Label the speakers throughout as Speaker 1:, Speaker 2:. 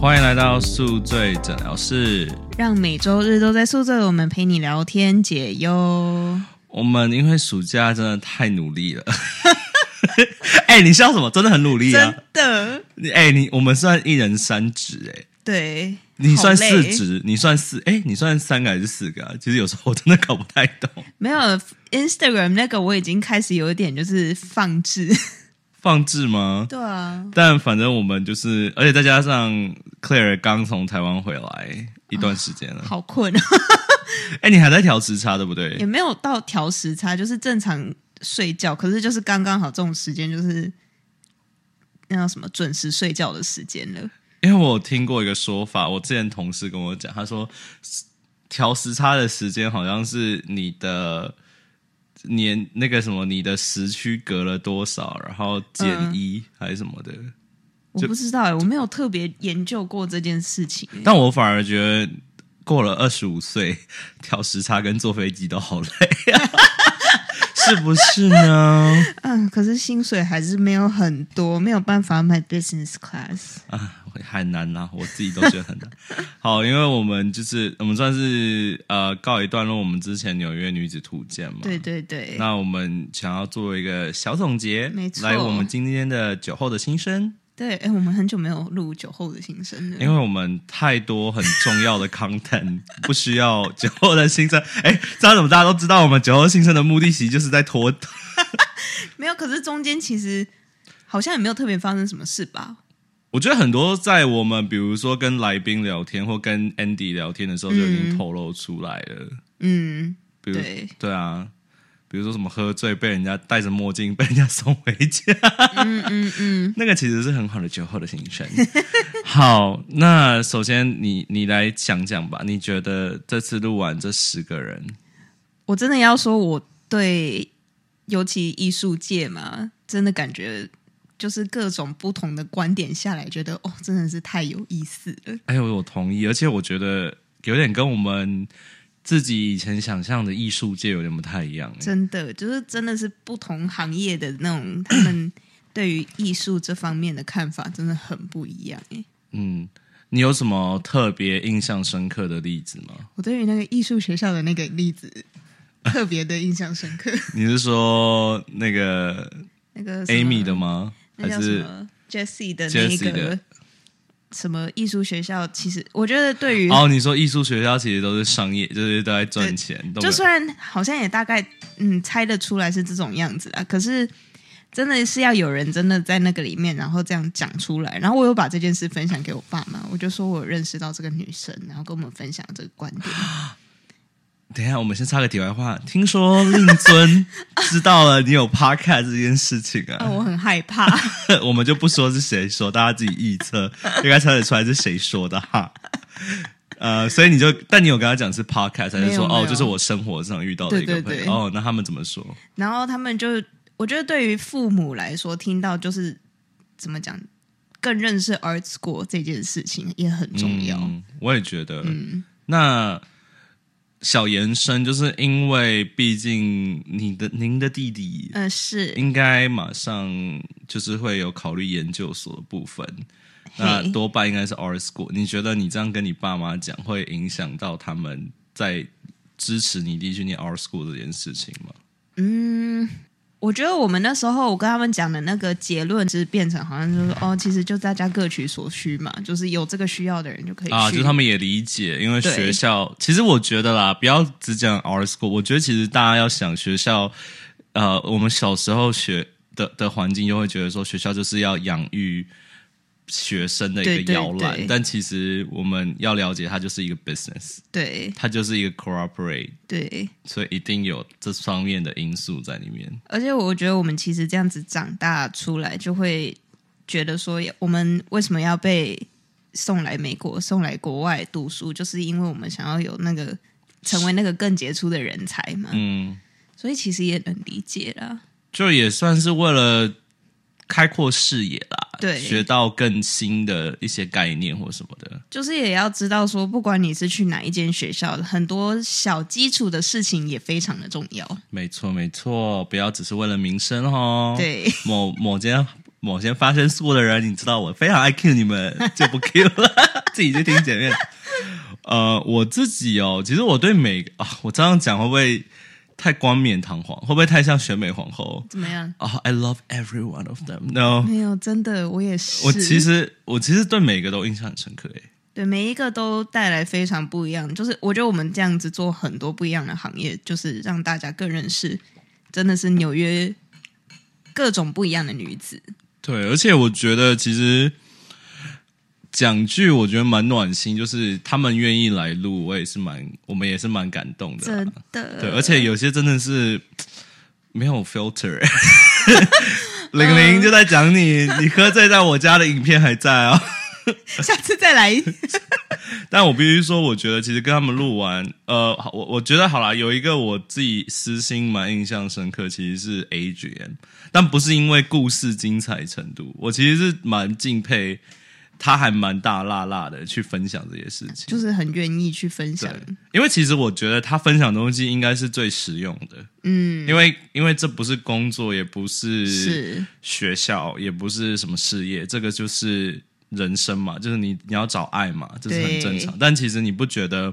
Speaker 1: 欢迎来到宿醉诊疗室。
Speaker 2: 让每周日都在宿舍，我们陪你聊天解忧。
Speaker 1: 我们因为暑假真的太努力 了，哎、你笑什么？真的很努力啊！
Speaker 2: 真的，
Speaker 1: 你哎、你我们算一人三职哎、
Speaker 2: 对，
Speaker 1: 你算
Speaker 2: 好累
Speaker 1: 四职，你算四哎、你算三个还是四个啊？其实有时候我真的搞不太懂。
Speaker 2: 没有 Instagram 那个，我已经开始有一点就是放置。
Speaker 1: 放置吗？
Speaker 2: 对啊，
Speaker 1: 但反正我们就是，而且再加上 Claire 刚从台湾回来一段时间了。
Speaker 2: 好困啊，
Speaker 1: 哎、你还在调时差对不对
Speaker 2: 也？没有到调时差，就是正常睡觉，可是就是刚刚好这种时间，就是那叫什么准时睡觉的时间了。
Speaker 1: 因为我有听过一个说法，我之前同事跟我讲，他说调时差的时间好像是你的年那个什么，你的时区隔了多少，然后减一、还是什么的。
Speaker 2: 我不知道哎、我没有特别研究过这件事情、欸。
Speaker 1: 但我反而觉得过了二十五岁，调时差跟坐飞机都好累、啊 是不是呢？
Speaker 2: 嗯，可是薪水还是没有很多，没有办法买 business class。
Speaker 1: 啊，很难呐、我自己都觉得很难。好，因为我们就是我们算是呃告一段落，我们之前纽约女子图鉴嘛。
Speaker 2: 对对对，
Speaker 1: 那我们想要做一个小总结，
Speaker 2: 没错
Speaker 1: 来我们今天的酒后的心声，
Speaker 2: 对，哎、我们很久没有录酒后的心声了。
Speaker 1: 因为我们太多很重要的 content 不需要酒后的心声。哎，知道怎么大家都知道，我们酒后心声的目的其实就是在拖。
Speaker 2: 没有，可是中间其实好像也没有特别发生什么事吧？
Speaker 1: 我觉得很多在我们比如说跟来宾聊天或跟 Andy 聊天的时候，就已经透露出来了。
Speaker 2: 嗯，
Speaker 1: 比如
Speaker 2: 对
Speaker 1: 啊，比如说什么喝醉被人家戴着墨镜被人家送回家，嗯嗯 嗯，那个其实是很好的酒后的行程。 好，那首先你你来讲讲吧，你觉得这次录完这十个人，
Speaker 2: 我真的要说，我对尤其艺术界嘛，真的感觉就是各种不同的观点下来，觉得哦，真的是太有意思了。
Speaker 1: 哎呦，我同意，而且我觉得有点跟我们自己以前想象的艺术界有点不太一样。
Speaker 2: 真的，就是真的是不同行业的那种，他们对于艺术这方面的看法真的很不一样哎。
Speaker 1: 嗯，你有什么特别印象深刻的例子吗？
Speaker 2: 我对于那个艺术学校的那个例 子特别的印象深刻。
Speaker 1: 你是说那个
Speaker 2: 那个什么
Speaker 1: Amy 的吗？
Speaker 2: 那
Speaker 1: 还
Speaker 2: 叫
Speaker 1: 是
Speaker 2: 什么 Jesse 的那
Speaker 1: Jessie 的
Speaker 2: 个什么艺术学校，其实我觉得对于、
Speaker 1: 哦，你说艺术学校其实都是商业，就是都在赚钱，都没
Speaker 2: 就
Speaker 1: 有
Speaker 2: 虽然好像也大概嗯猜得出来是这种样子啊，可是真的是要有人真的在那个里面，然后这样讲出来。然后我有把这件事分享给我爸妈，我就说我有认识到这个女生，然后跟我们分享这个观点。
Speaker 1: 等一下，我们先插个题外话。听说令尊 知道了你有 podcast 这件事情
Speaker 2: 啊，
Speaker 1: 啊，
Speaker 2: 我很害怕，
Speaker 1: 我们就不说是谁说，大家自己臆测，应该猜得出来是谁说的 哈。呃，所以你就，但你有跟他讲是 podcast，还
Speaker 2: 没
Speaker 1: 是
Speaker 2: 有
Speaker 1: 说
Speaker 2: 没
Speaker 1: 哦，
Speaker 2: 有
Speaker 1: 就是我生活上遇到的一个
Speaker 2: 对
Speaker 1: 朋
Speaker 2: 对
Speaker 1: 友？
Speaker 2: 对
Speaker 1: 哦，那他们怎么说？
Speaker 2: 然后他们就我觉得对于父母来说，听到就是怎么讲。更认识 art school 这件事情也很重要。嗯
Speaker 1: 嗯，我也觉得。那小延伸，就是因为毕竟你的您的弟弟
Speaker 2: 嗯，是
Speaker 1: 应该马上就是会有考虑研究所的部分，那
Speaker 2: 嘿
Speaker 1: 多半应该是 R school。你觉得你这样跟你爸妈讲，会影响到他们在支持你弟去念 R school 这件事情吗？
Speaker 2: 我觉得我们那时候我跟他们讲的那个结论，就是变成好像
Speaker 1: 嗯
Speaker 2: 就是哦，其实就大家各取所需嘛，就是有这个需要的人就可以去。
Speaker 1: 啊，就是他们也理解，因为
Speaker 2: 对
Speaker 1: 学校其实我觉得啦，不要只讲 R school，我觉得其实大家要想学校，呃，我们小时候学的的环境，就会觉得说学校就是要养育学生的一
Speaker 2: 对
Speaker 1: 个
Speaker 2: 对
Speaker 1: 摇篮，
Speaker 2: 对
Speaker 1: 但其实我们要了解，它就是一个 business，
Speaker 2: 对
Speaker 1: 它就是一个 corporate，
Speaker 2: 对，
Speaker 1: 所以一定有这方面的因素在里面。
Speaker 2: 而且我觉得我们其实这样子长大出来，就会觉得说，我们为什么要被送来美国、送来国外读书，就是因为我们想要有那个成为那个更杰出的人才嘛。
Speaker 1: 嗯，
Speaker 2: 所以其实也能理解啦。
Speaker 1: 就也算是为了开阔视野啦，
Speaker 2: 对
Speaker 1: 啊学到更新的一些概念或什么的。
Speaker 2: 就是也要知道说，不管你是去哪一间学校，很多小基础的事情也非常的重要。
Speaker 1: 没错，没错，不要只是为了名声哦。，
Speaker 2: 对，
Speaker 1: 某某间某些发生事故的人，你知道我非常爱 Q 你们，就不 Q 了， 自己去听前面。呃，我自己哦，其实我对每个啊，我这样讲会不会太冠冕堂皇？会不会太像选美皇后？
Speaker 2: 怎么样？
Speaker 1: 啊、i love every one of them。No，
Speaker 2: 没有，真的，我也是。
Speaker 1: 我其实我其实对每个都印象很深刻诶。
Speaker 2: 对每一个都带来非常不一样，就是我觉得我们这样子做很多不一样的行业，就是让大家更认识，真的是纽约各种不一样的女子。
Speaker 1: 对，而且我觉得其实讲句我觉得蛮暖心，就是他们愿意来录，我也是蛮，我们也是蛮感动的啦、
Speaker 2: 真的，
Speaker 1: 啊对，而且有些真的是没有 filter 欸。玲玲就在讲你， 你喝醉在我家的影片还在啊、
Speaker 2: 下次再来一。
Speaker 1: 但我必须说，我觉得其实跟他们录完，呃，好我我觉得好啦，有一个我自己私心蛮印象深刻，其实是 A G M，但不是因为故事精彩程度，我其实是蛮敬佩他，还蛮大辣辣的去分享这些事情，
Speaker 2: 就是很愿意去分享
Speaker 1: 对，因为其实我觉得他分享的东西应该是最实用的，嗯，因为因为这不是工作，也不是
Speaker 2: 是
Speaker 1: 学校，也不是什么事业，这个就是人生嘛，就是你你要找爱嘛，这是很正常。但其实你不觉得，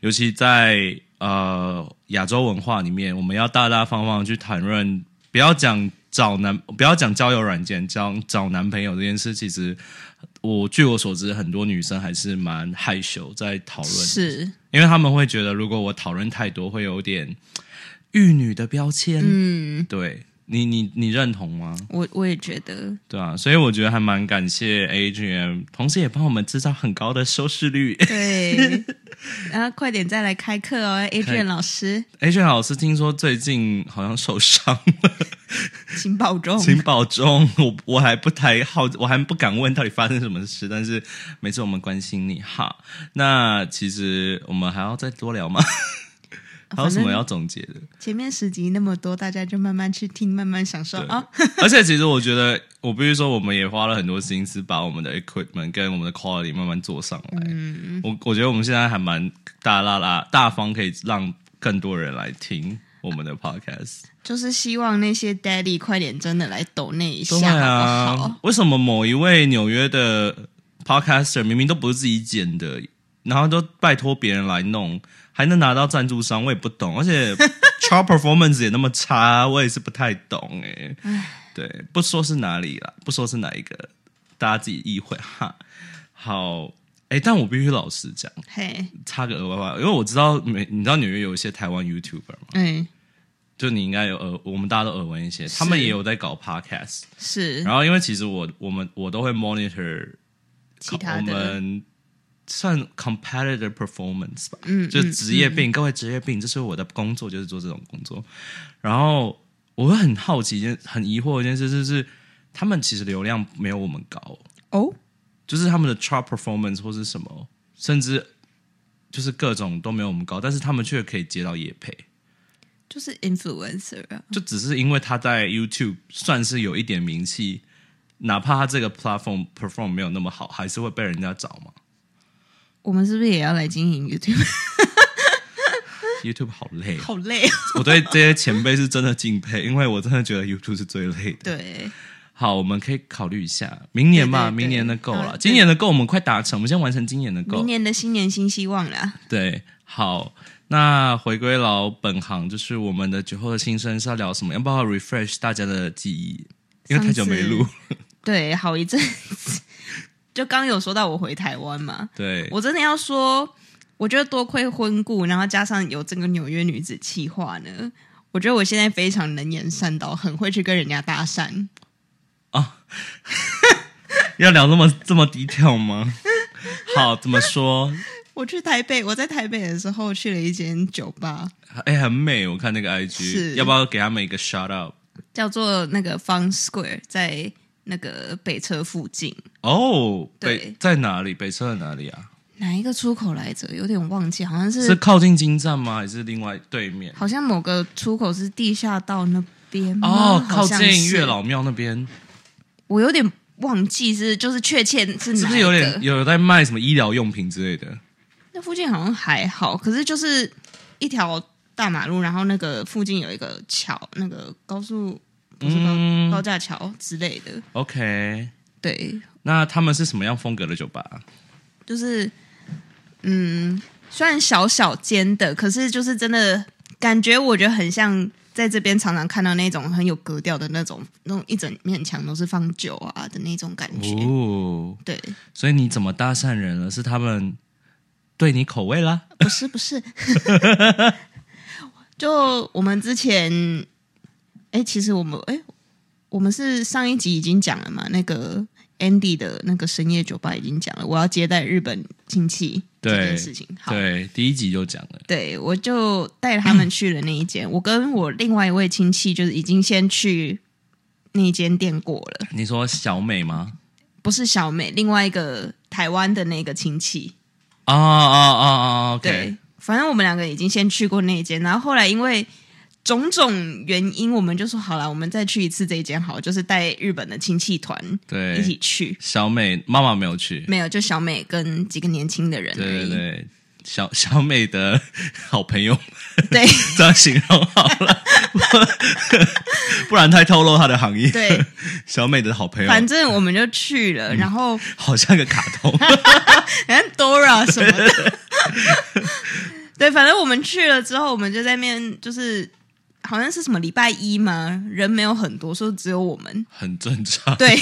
Speaker 1: 尤其在呃亚洲文化里面，我们要大大方方地去谈论，不要讲找男，不要讲交友软件，讲找男朋友这件事，其实。我据我所知，很多女生还是蛮害羞在讨论，
Speaker 2: 是
Speaker 1: 因为他们会觉得，如果我讨论太多，会有点玉女的标签。嗯，对你，你你认同吗？
Speaker 2: 我我也觉得
Speaker 1: 对啊，所以我觉得还蛮感谢 A G M，同时也帮我们制造很高的收视率。
Speaker 2: 对。然后快点再来开课哦，Adrian 老师，
Speaker 1: A G M 老师听说最近好像受伤了，
Speaker 2: 请保重。
Speaker 1: 请保重。 我我还不太好，我还不敢问到底发生什么事，但是每次我们关心你好，那其实我们还要再多聊吗？
Speaker 2: 啊
Speaker 1: 还有什么要总结的？
Speaker 2: 前面十集那么多，大家就慢慢去听，慢慢享受啊。
Speaker 1: 而且其实我觉得，我必须说，我们也花了很多心思把我们的 equipment 跟我们的 quality 慢慢做上来。我我觉得我们现在还蛮大啦啦大方，可以让更多人来听我们的 podcast。
Speaker 2: 就是希望那些 daddy 快点真的来抖那一
Speaker 1: 对
Speaker 2: 下，好不好？
Speaker 1: 啊，为什么某一位纽约的 podcaster 明明都不是自己剪的，然后都拜托别人来弄，还能拿到赞助商？我也不懂，而且 超 performance 也那么差，我也是不太懂哎、对，不说是哪里啦，不说是哪一个，大家自己意会 哈。好，哎、但我必须老实讲，
Speaker 2: 嘿，
Speaker 1: 插个额外话，因为我知道美，你知道纽约有一些台湾 YouTuber 吗？
Speaker 2: 嗯，
Speaker 1: 就你应该有耳，我们大家都耳闻一些，他们也有在搞 podcast。
Speaker 2: 是
Speaker 1: 然后因为其实我我们我都会 monitor
Speaker 2: 其他
Speaker 1: 我
Speaker 2: 的，
Speaker 1: 们算 competitor performance 吧，
Speaker 2: 嗯
Speaker 1: 就职业病，各位职业病，这是我的工作，就是做这种工作。然后我会很好奇一件，很疑惑一件事，就是他们其实流量没有我们高，
Speaker 2: 哦，
Speaker 1: 就是他们的 chart performance 或是什么，甚至就是各种都没有我们高，但是他们却可以接到业配。
Speaker 2: 就是 influencer 啊，
Speaker 1: 就只是因为他在 YouTube 算是有一点名气，哪怕他这个 platform perform 没有那么好，还是会被人家找嘛。
Speaker 2: 我们是不是也要来经 营 YouTube？
Speaker 1: YouTube 好累，
Speaker 2: 好累哦。
Speaker 1: 我对这些前辈是真的敬佩，因为我真的觉得 YouTube 是最累的。
Speaker 2: 对，
Speaker 1: 好，我们可以考虑一下明年吧，
Speaker 2: 对对对
Speaker 1: 明年的够了，
Speaker 2: 好
Speaker 1: 今年的够我们快达成，我们先完成今年的够
Speaker 2: 明。年的新年新希望啦，
Speaker 1: 对，好，那回归老本行，就是我们的酒后的新生是要聊什么？要不要 refresh 大家的记忆？因为太久没录
Speaker 2: 上，对，好一阵子。 就刚有说到我回台湾嘛，
Speaker 1: 对，
Speaker 2: 我真的要说，我觉得多亏婚故，然后加上有这个纽约女子气化呢，我觉得我现在非常能言善道，很会去跟人家搭讪。
Speaker 1: 要聊那么这么低调 吗？好，怎么说？
Speaker 2: 我去台北，我在台北的时候去了一间酒吧，
Speaker 1: 哎、很美，我看那个 IG，
Speaker 2: 是
Speaker 1: 要不要给他们一个 shout out？
Speaker 2: 叫做那个 Fun Square，在那个北车附近，
Speaker 1: 哦，
Speaker 2: 对
Speaker 1: 北在哪里？北车在哪里啊？
Speaker 2: 哪一个出口来着？有点忘记，好像是
Speaker 1: 是靠近金站吗？还是另外对面？
Speaker 2: 好像某个出口是地下道那边吗
Speaker 1: 哦，靠
Speaker 2: 好像是
Speaker 1: 近月老庙那边，
Speaker 2: 我有点忘记是就是确切是
Speaker 1: 是
Speaker 2: 哪
Speaker 1: 不
Speaker 2: 一
Speaker 1: 是有点
Speaker 2: 个
Speaker 1: 有在卖什么医疗用品之类的？
Speaker 2: 那附近好像还好，可是就是一条大马路，然后那个附近有一个桥，那个高速或是高、
Speaker 1: 嗯
Speaker 2: 高架桥之类的。
Speaker 1: OK，
Speaker 2: 对，
Speaker 1: 那他们是什么样风格的酒吧？
Speaker 2: 就是嗯，虽然小小间的，可是就是真的感觉，我觉得很像在这边常常看到那种很有格调的那种，那种一整面墙都是放酒啊的那种感觉。
Speaker 1: 哦，
Speaker 2: 对，
Speaker 1: 所以你怎么搭讪人了？是他们对你口味啦？
Speaker 2: 不是不是， 就我们之前，哎、其实我们哎、我们是上一集已经讲了嘛，那个 Andy 的那个深夜酒吧已经讲了，我要接待日本亲戚这
Speaker 1: 对
Speaker 2: 件事情。好，
Speaker 1: 对，第一集就讲了。
Speaker 2: 对我就带他们去了那一间，我跟我另外一位亲戚就是已经先去那一间店过了，
Speaker 1: 你说小美吗？
Speaker 2: 不是小美，另外一个台湾的那个亲戚。
Speaker 1: 哦哦哦哦
Speaker 2: 对
Speaker 1: ，OK，，
Speaker 2: 反正我们两个已经先去过那一间，然后后来因为种种原因，我们就说好了，我们再去一次这一间好，就是带日本的亲戚团
Speaker 1: 对
Speaker 2: 一起去。
Speaker 1: 小美妈妈没有去，
Speaker 2: 没有，就小美跟几个年轻的人而
Speaker 1: 对对
Speaker 2: 已。
Speaker 1: 对，小小美的好朋友，
Speaker 2: 对
Speaker 1: 这样形容好 了，不不然太透露她的行业。
Speaker 2: 对，
Speaker 1: 小美的好朋友
Speaker 2: 反正我们就去了，然后好
Speaker 1: 好像个卡 通，
Speaker 2: 像哎 Dora 什么的。对，反正我们去了之后，我们就在面，就是好像是什么礼拜一嘛，人没有很多，说只有我们。
Speaker 1: 很正常。
Speaker 2: 对，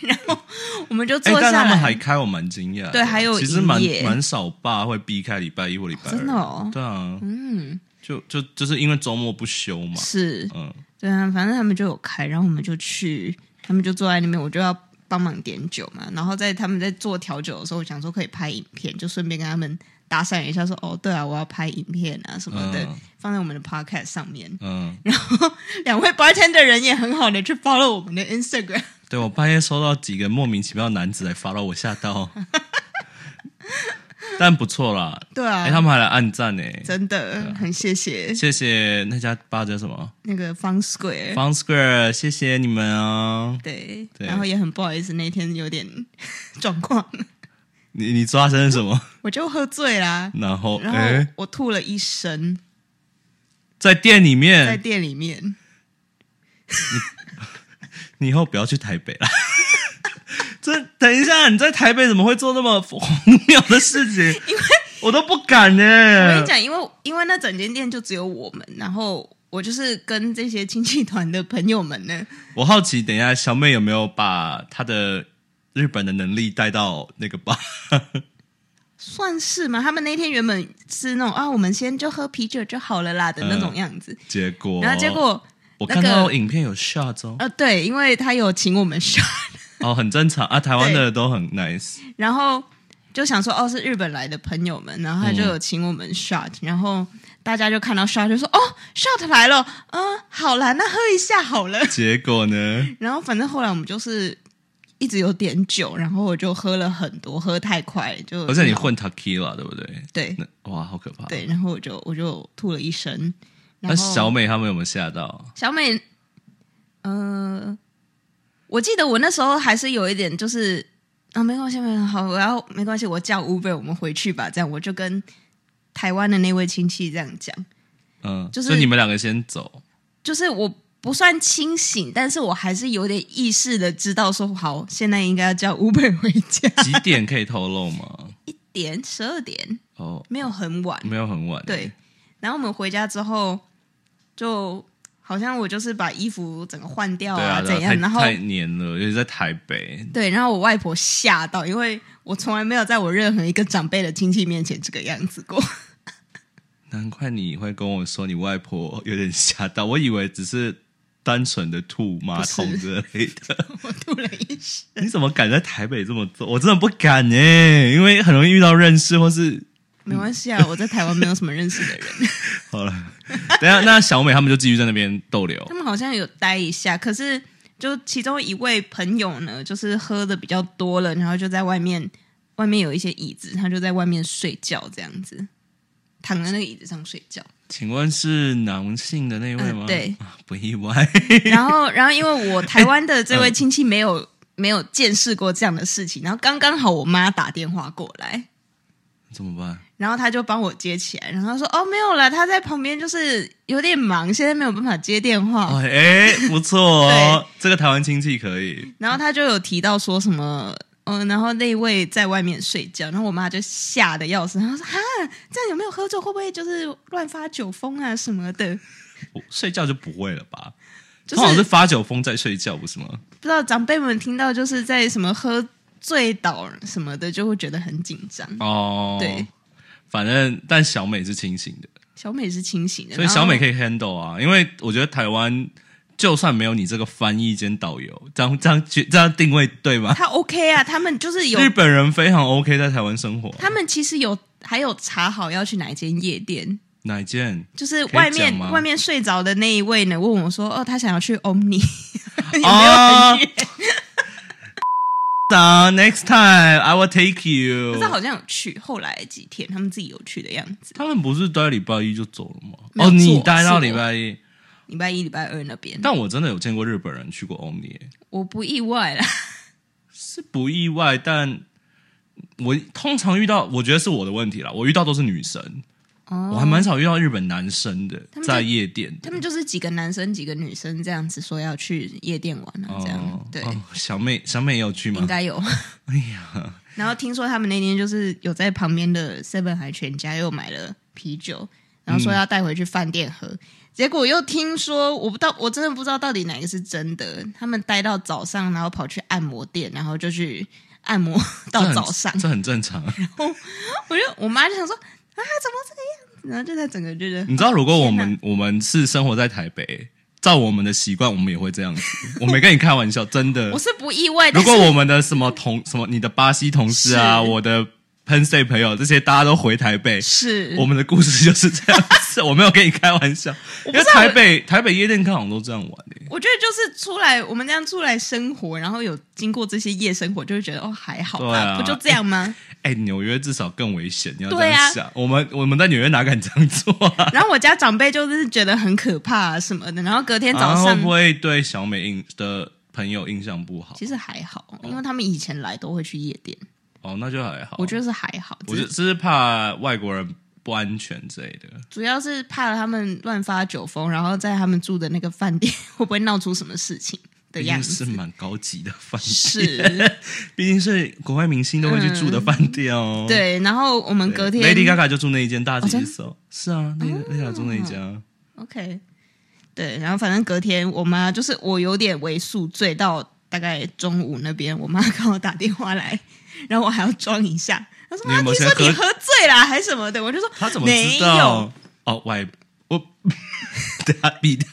Speaker 2: 然后我们就
Speaker 1: 哎，
Speaker 2: 坐
Speaker 1: 但
Speaker 2: 下
Speaker 1: 他
Speaker 2: 来。
Speaker 1: 们还开，我蛮惊讶的。
Speaker 2: 对还有
Speaker 1: 其实蛮
Speaker 2: 营业
Speaker 1: 蛮少吧，会避开礼拜一或礼拜二。
Speaker 2: 真的哦
Speaker 1: 对啊，
Speaker 2: 嗯，
Speaker 1: 就就就是因为周末不休嘛。
Speaker 2: 是，
Speaker 1: 嗯，
Speaker 2: 对啊，反正他们就有开，然后我们就去，他们就坐在那边，我就要帮忙点酒嘛。然后在他们在做调酒的时候，我想说可以拍影片，就顺便跟他们搭讪一下说哦，对啊，我要拍影片啊什么的，
Speaker 1: 嗯
Speaker 2: 放在我们的 podcast 上面。
Speaker 1: 嗯，
Speaker 2: 然后两位 bartender 人也很好的去 follow 我们的 Instagram，
Speaker 1: 对我半夜收到几个莫名其妙的男子来发到我吓到， 但不错啦。
Speaker 2: 对啊，
Speaker 1: 哎，他们还来啊暗赞呢，
Speaker 2: 真的、很谢谢
Speaker 1: 谢谢那家吧叫什么
Speaker 2: 那个 Fun Square。
Speaker 1: Fun Square，谢谢你们哦。
Speaker 2: 对，
Speaker 1: 对
Speaker 2: 然后也很不好意思，那天有点 状况，
Speaker 1: 你你抓生什么？
Speaker 2: 我就喝醉啦，
Speaker 1: 然后
Speaker 2: 然
Speaker 1: 哎
Speaker 2: 后，我吐了一身，
Speaker 1: 在店里
Speaker 2: 在
Speaker 1: 面，
Speaker 2: 店里面，
Speaker 1: 你以后不要去台北啦。 这等一下，你在台北怎么会做那么荒谬的事 情？因为我都不敢呢、
Speaker 2: 我跟你讲，因为因为那整间店就只有我们，然后我就是跟这些亲戚团的朋友们呢，
Speaker 1: 我好奇，等一下小妹有没有把她的日本的能力带到那个吧？
Speaker 2: 算是吗？他们那天原本是那种啊，我们先就喝啤酒就好了啦的
Speaker 1: 嗯
Speaker 2: 那种样子，
Speaker 1: 结果，
Speaker 2: 然后结果
Speaker 1: 我
Speaker 2: 那
Speaker 1: 看
Speaker 2: 个
Speaker 1: 到影片有 shot 哦，
Speaker 2: 呃对，因为他有请我们上，
Speaker 1: 哦，很正常啊，台湾的都很 nice，
Speaker 2: 然后就想说哦是日本来的朋友们，然后他就有请我们 shot，、然后大家就看到 shot 就说哦 shot 来了，嗯好啦，那喝一下好了。
Speaker 1: 结果呢？
Speaker 2: 然后反正后来我们就是一直有点酒，然后我就喝了很多，喝太快就
Speaker 1: 而且你混 tequila 对不对？
Speaker 2: 对
Speaker 1: 那哇，好可怕！
Speaker 2: 对，然后我就我就吐了一身。然
Speaker 1: 那
Speaker 2: 后
Speaker 1: 小美他们有没有吓到？
Speaker 2: 小美，呃，我记得我那时候还是有一点就是啊，没关系，没关系，好，我要没关系，我叫 Uber，我们回去吧。这样我就跟台湾的那位亲戚这样讲，
Speaker 1: 嗯，
Speaker 2: 就是
Speaker 1: 所以你们两个先走，
Speaker 2: 就是我。不算清醒，但是我还是有点意识的知道说，好，现在应该要叫 Uber 回家。
Speaker 1: 几点可以透露吗？
Speaker 2: 点十二点，
Speaker 1: 哦，
Speaker 2: 没有很晚。
Speaker 1: 没有很晚，
Speaker 2: 对，，然后我们回家之后，就好像我就是把衣服整个换掉
Speaker 1: 对啊，对
Speaker 2: 哦怎
Speaker 1: 啊
Speaker 2: 样，
Speaker 1: 太
Speaker 2: 然后
Speaker 1: 太黏了，尤其在台北，
Speaker 2: 对，然后我外婆吓到，因为我从来没有在我任何一个长辈的亲戚面前这个样子过。
Speaker 1: 难怪你会跟我说你外婆有点吓到，我以为只是单纯的吐马桶之类的。
Speaker 2: 我吐了一身，
Speaker 1: 你怎么敢在台北这么做？我真的不敢呢、因为很容易遇到认识或是
Speaker 2: 没关系啊，我在台湾没有什么认识的人，
Speaker 1: 好了。 等一下，那小美他们就继续在那边逗留
Speaker 2: 他。们好像有待一下，可是就其中一位朋友呢，就是喝的比较多了，然后就在外面，外面有一些椅子，他就在外面睡觉这样子，躺在那个椅子上睡觉。
Speaker 1: 请问是男性的那位吗？
Speaker 2: 嗯对
Speaker 1: 啊，不意外。
Speaker 2: 然后，然后因为我台湾的这位亲戚没有、没有见识过这样的事情，然后刚刚好我妈打电话过来，
Speaker 1: 怎么办？
Speaker 2: 然后他就帮我接起来，然后他说：“哦，没有了，他在旁边就是有点忙，现在没有办法接电话。
Speaker 1: 哦，哎，不错 哦，这个台湾亲戚可以。
Speaker 2: 然后他就有提到说什么，嗯、然后那位在外面睡觉，然后我妈就吓得要死，然后说：“哈，这样有没有喝醉？会不会就是乱发酒疯啊什么的？
Speaker 1: 我睡觉就不会了吧？
Speaker 2: 就
Speaker 1: 通常是
Speaker 2: 是
Speaker 1: 发酒疯在睡觉，不是吗？
Speaker 2: 不知道长辈们听到就是在什么喝醉倒什么的，就会觉得很紧张。
Speaker 1: 哦，
Speaker 2: 对，
Speaker 1: 反正但小美是清醒的，
Speaker 2: 小美是清醒的，
Speaker 1: 所以小美可
Speaker 2: 以
Speaker 1: 以 handle 啊，因为我觉得台湾。就算没有你这个翻译兼导游，这样这样这样定位对吗？
Speaker 2: 她 OK 啊，他们就是有
Speaker 1: 日本人非常 OK 在台湾生活。
Speaker 2: 他们其实有还有查好要去哪一间夜店，
Speaker 1: 哪一件？
Speaker 2: 就是
Speaker 1: 可以
Speaker 2: 外
Speaker 1: 讲
Speaker 2: 面
Speaker 1: 吗
Speaker 2: 外面睡着的那一位呢，问我说：“哦，他想要去 Omni，有没有
Speaker 1: 哦
Speaker 2: 很远？
Speaker 1: 啊，next time I will take
Speaker 2: 可
Speaker 1: you
Speaker 2: 是。好像有去，后来几天他们自己有去的样子。
Speaker 1: 他们不是待礼拜一就走了吗？
Speaker 2: 没有
Speaker 1: 哦，
Speaker 2: 是
Speaker 1: 你
Speaker 2: 我
Speaker 1: 待
Speaker 2: 是
Speaker 1: 到
Speaker 2: 我
Speaker 1: 礼拜一，
Speaker 2: 礼拜一、礼拜二那边，
Speaker 1: 但我真的有见过日本人去过 Omni，欸
Speaker 2: 我不意外啦。
Speaker 1: 是不意外，但我通常遇到，我觉得是我的问题啦。我遇到都是女生，
Speaker 2: 哦
Speaker 1: 我还蛮少遇到日本男生的，
Speaker 2: 他们就
Speaker 1: 在夜店
Speaker 2: 他们就是几个男生、几个女生这样子说要去夜店玩啊，
Speaker 1: 哦
Speaker 2: 这样对，
Speaker 1: 哦小妹小妹也有去吗
Speaker 2: 应？该有。
Speaker 1: 哎呀，
Speaker 2: 然后听说他们那天就是有在旁边的 Seven 还全家又买了啤酒，然后说要带回去饭店喝。结果又听说，我不知道，我真的不知道到底哪个是真的。他们待到早上，然后跑去按摩店，然后就去按摩
Speaker 1: 这
Speaker 2: 到
Speaker 1: 很
Speaker 2: 早上。
Speaker 1: 这很正常。
Speaker 2: 我就我妈就想说啊，怎么这个样子？然后就她整个就是
Speaker 1: 你知道，如果我们我们是生活在台北，照我们的习惯，我们也会这样子。 我没跟你开玩笑，真的
Speaker 2: 我。是不意外，但
Speaker 1: 如
Speaker 2: 是
Speaker 1: 果我们的什么同什么你的巴西同事啊，
Speaker 2: 是
Speaker 1: 我的 Penn State 朋友这些，大家都回台北，
Speaker 2: 是
Speaker 1: 我们的故事就是这样 子。我没有跟你开玩笑，因为
Speaker 2: 不知道
Speaker 1: 台北台北夜店看好像都这样玩欸诶、
Speaker 2: 我觉得就是出来，我们这样出来生活，然后有经过这些夜生活，就会觉得哦还好
Speaker 1: 对
Speaker 2: 吧，
Speaker 1: 啊
Speaker 2: 不就这样吗？
Speaker 1: 哎、纽约至少更危险，你要这
Speaker 2: 对啊
Speaker 1: 样想。我们我们在纽约哪敢这样做啊？
Speaker 2: 然后我家长辈就是觉得很可怕、啊、什么的，然后隔天早
Speaker 1: 啊会
Speaker 2: 上、
Speaker 1: 不会对小美印的朋友印象不好？
Speaker 2: 其实还好，因为他们以前来都会去夜店，
Speaker 1: 哦，那就还好。
Speaker 2: 我觉得是还好，
Speaker 1: 我
Speaker 2: 只
Speaker 1: 就是只是怕外国人不安全之类的。
Speaker 2: 主要是怕他们乱发酒疯，然后在他们住的那个饭店 会不会闹出什么事情的
Speaker 1: 毕
Speaker 2: 样
Speaker 1: 竟是
Speaker 2: 子。
Speaker 1: 蛮高级的饭店，
Speaker 2: 是，
Speaker 1: 毕竟是国外明星都会去住的饭店哦。
Speaker 2: 对。然后我们
Speaker 1: 对，
Speaker 2: 隔天
Speaker 1: Lady Gaga 就住那一间大
Speaker 2: 哦
Speaker 1: 姐
Speaker 2: 真
Speaker 1: 手，是啊，Lady Lady Gaga 住那一家。
Speaker 2: OK，对，然后反正隔天我妈就是我有点为宿醉到大概中午那边，我妈刚好打电话来，然后我还要装一下，她说
Speaker 1: 你有
Speaker 2: 妈
Speaker 1: 没有
Speaker 2: 听说
Speaker 1: 先
Speaker 2: 你
Speaker 1: 喝
Speaker 2: 喝醉啦还什么的，我就说
Speaker 1: 他怎么
Speaker 2: 没
Speaker 1: 知
Speaker 2: 有
Speaker 1: 道？哦，外我 等下逼掉。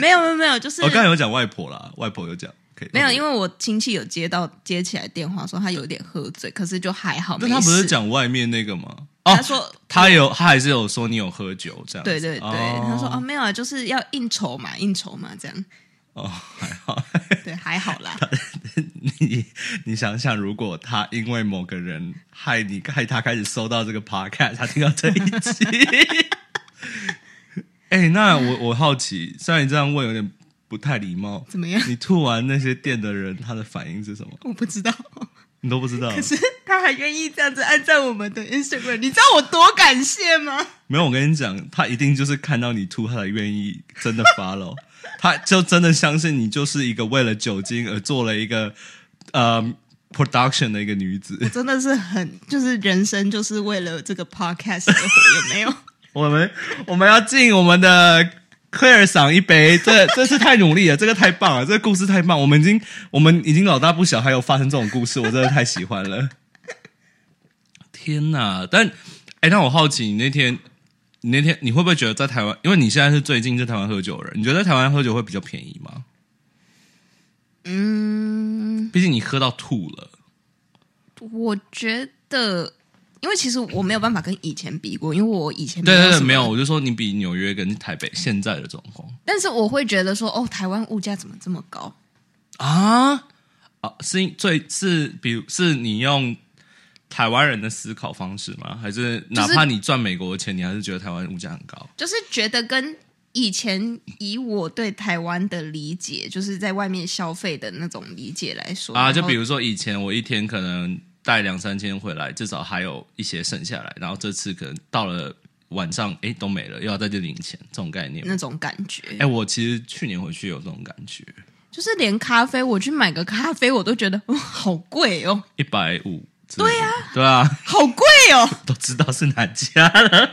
Speaker 2: 没有没有没有，就是
Speaker 1: 我哦刚才哦有讲外婆啦，外婆有讲，可以
Speaker 2: 没有，因
Speaker 1: 为
Speaker 2: 为我亲戚有接到接起来电话说他有点喝醉，可是就还好，
Speaker 1: 但
Speaker 2: 没
Speaker 1: 他不是
Speaker 2: 事，
Speaker 1: 讲外面那个吗？哦
Speaker 2: 他，说。
Speaker 1: 他有，他还是有说你有喝酒这样子。
Speaker 2: 对对对，
Speaker 1: 哦
Speaker 2: 他说啊没有啊，就是要应酬嘛，应酬嘛，这样
Speaker 1: 哦，还好。
Speaker 2: 对还好 啦。
Speaker 1: 你你想想，如果他因为某个人害你害他开始收到这个 podcast，他听到这一集， 哎、那我我好奇，虽然你这样问有点不太礼貌，
Speaker 2: 怎么样？
Speaker 1: 你吐完那些店的人，他的反应是什么？
Speaker 2: 我不知道，
Speaker 1: 你都不知道？
Speaker 2: 可是他还愿意这样子按赞我们的 Instagram，你知道我多感谢吗？
Speaker 1: 没有，我跟你讲，他一定就是看到你吐，他才愿意真的 follow，他 就真的相信你就是一个为了酒精而做了一个呃 production 的一个女子。
Speaker 2: 我真的是很，就是人生就是为了这个 podcast 而活，有没有？
Speaker 1: 我们我们要敬我们的 Claire 赏一杯，这 这次太努力了，这个太棒了，这个故事太棒，我们已经我们已经老大不小，还有发生这种故事，我真的太喜欢了。天哪！但哎，那我好奇，你那天你那天你会不会觉得在台湾，因为你现在是最近在台湾喝酒的人，你觉得在台湾喝酒会比较便宜吗？
Speaker 2: 嗯，
Speaker 1: 毕竟你喝到吐了，
Speaker 2: 我觉得，因为其实我没有办法跟以前比过，因为我以前
Speaker 1: 对对
Speaker 2: 什
Speaker 1: 对，
Speaker 2: 么
Speaker 1: 没有，我就说你比纽约跟台北现在的状况
Speaker 2: 但是我会觉得说，哦，台湾物价怎么这么高？
Speaker 1: 啊啊，是因最是比如是你用台湾人的思考方式吗？还是哪怕你赚美国的钱，你还是觉得台湾物价很高？
Speaker 2: 就是觉得跟以前以我对台湾的理解，就是在外面消费的那种理解来说
Speaker 1: 啊，就
Speaker 2: 然后
Speaker 1: 比如说以前我一天可能带两三千回来，至少还有一些剩下来。然后这次可能到了晚上，哎，都没了，又要再去领钱，这种概念。
Speaker 2: 那种感觉
Speaker 1: 哎，，我其实去年回去有这种感觉，
Speaker 2: 就是连咖啡，我去买个咖啡，我都觉得、哦、好贵哦，
Speaker 1: 一百五。对呀、对啊，
Speaker 2: 好贵哦。
Speaker 1: 都知道是哪家了，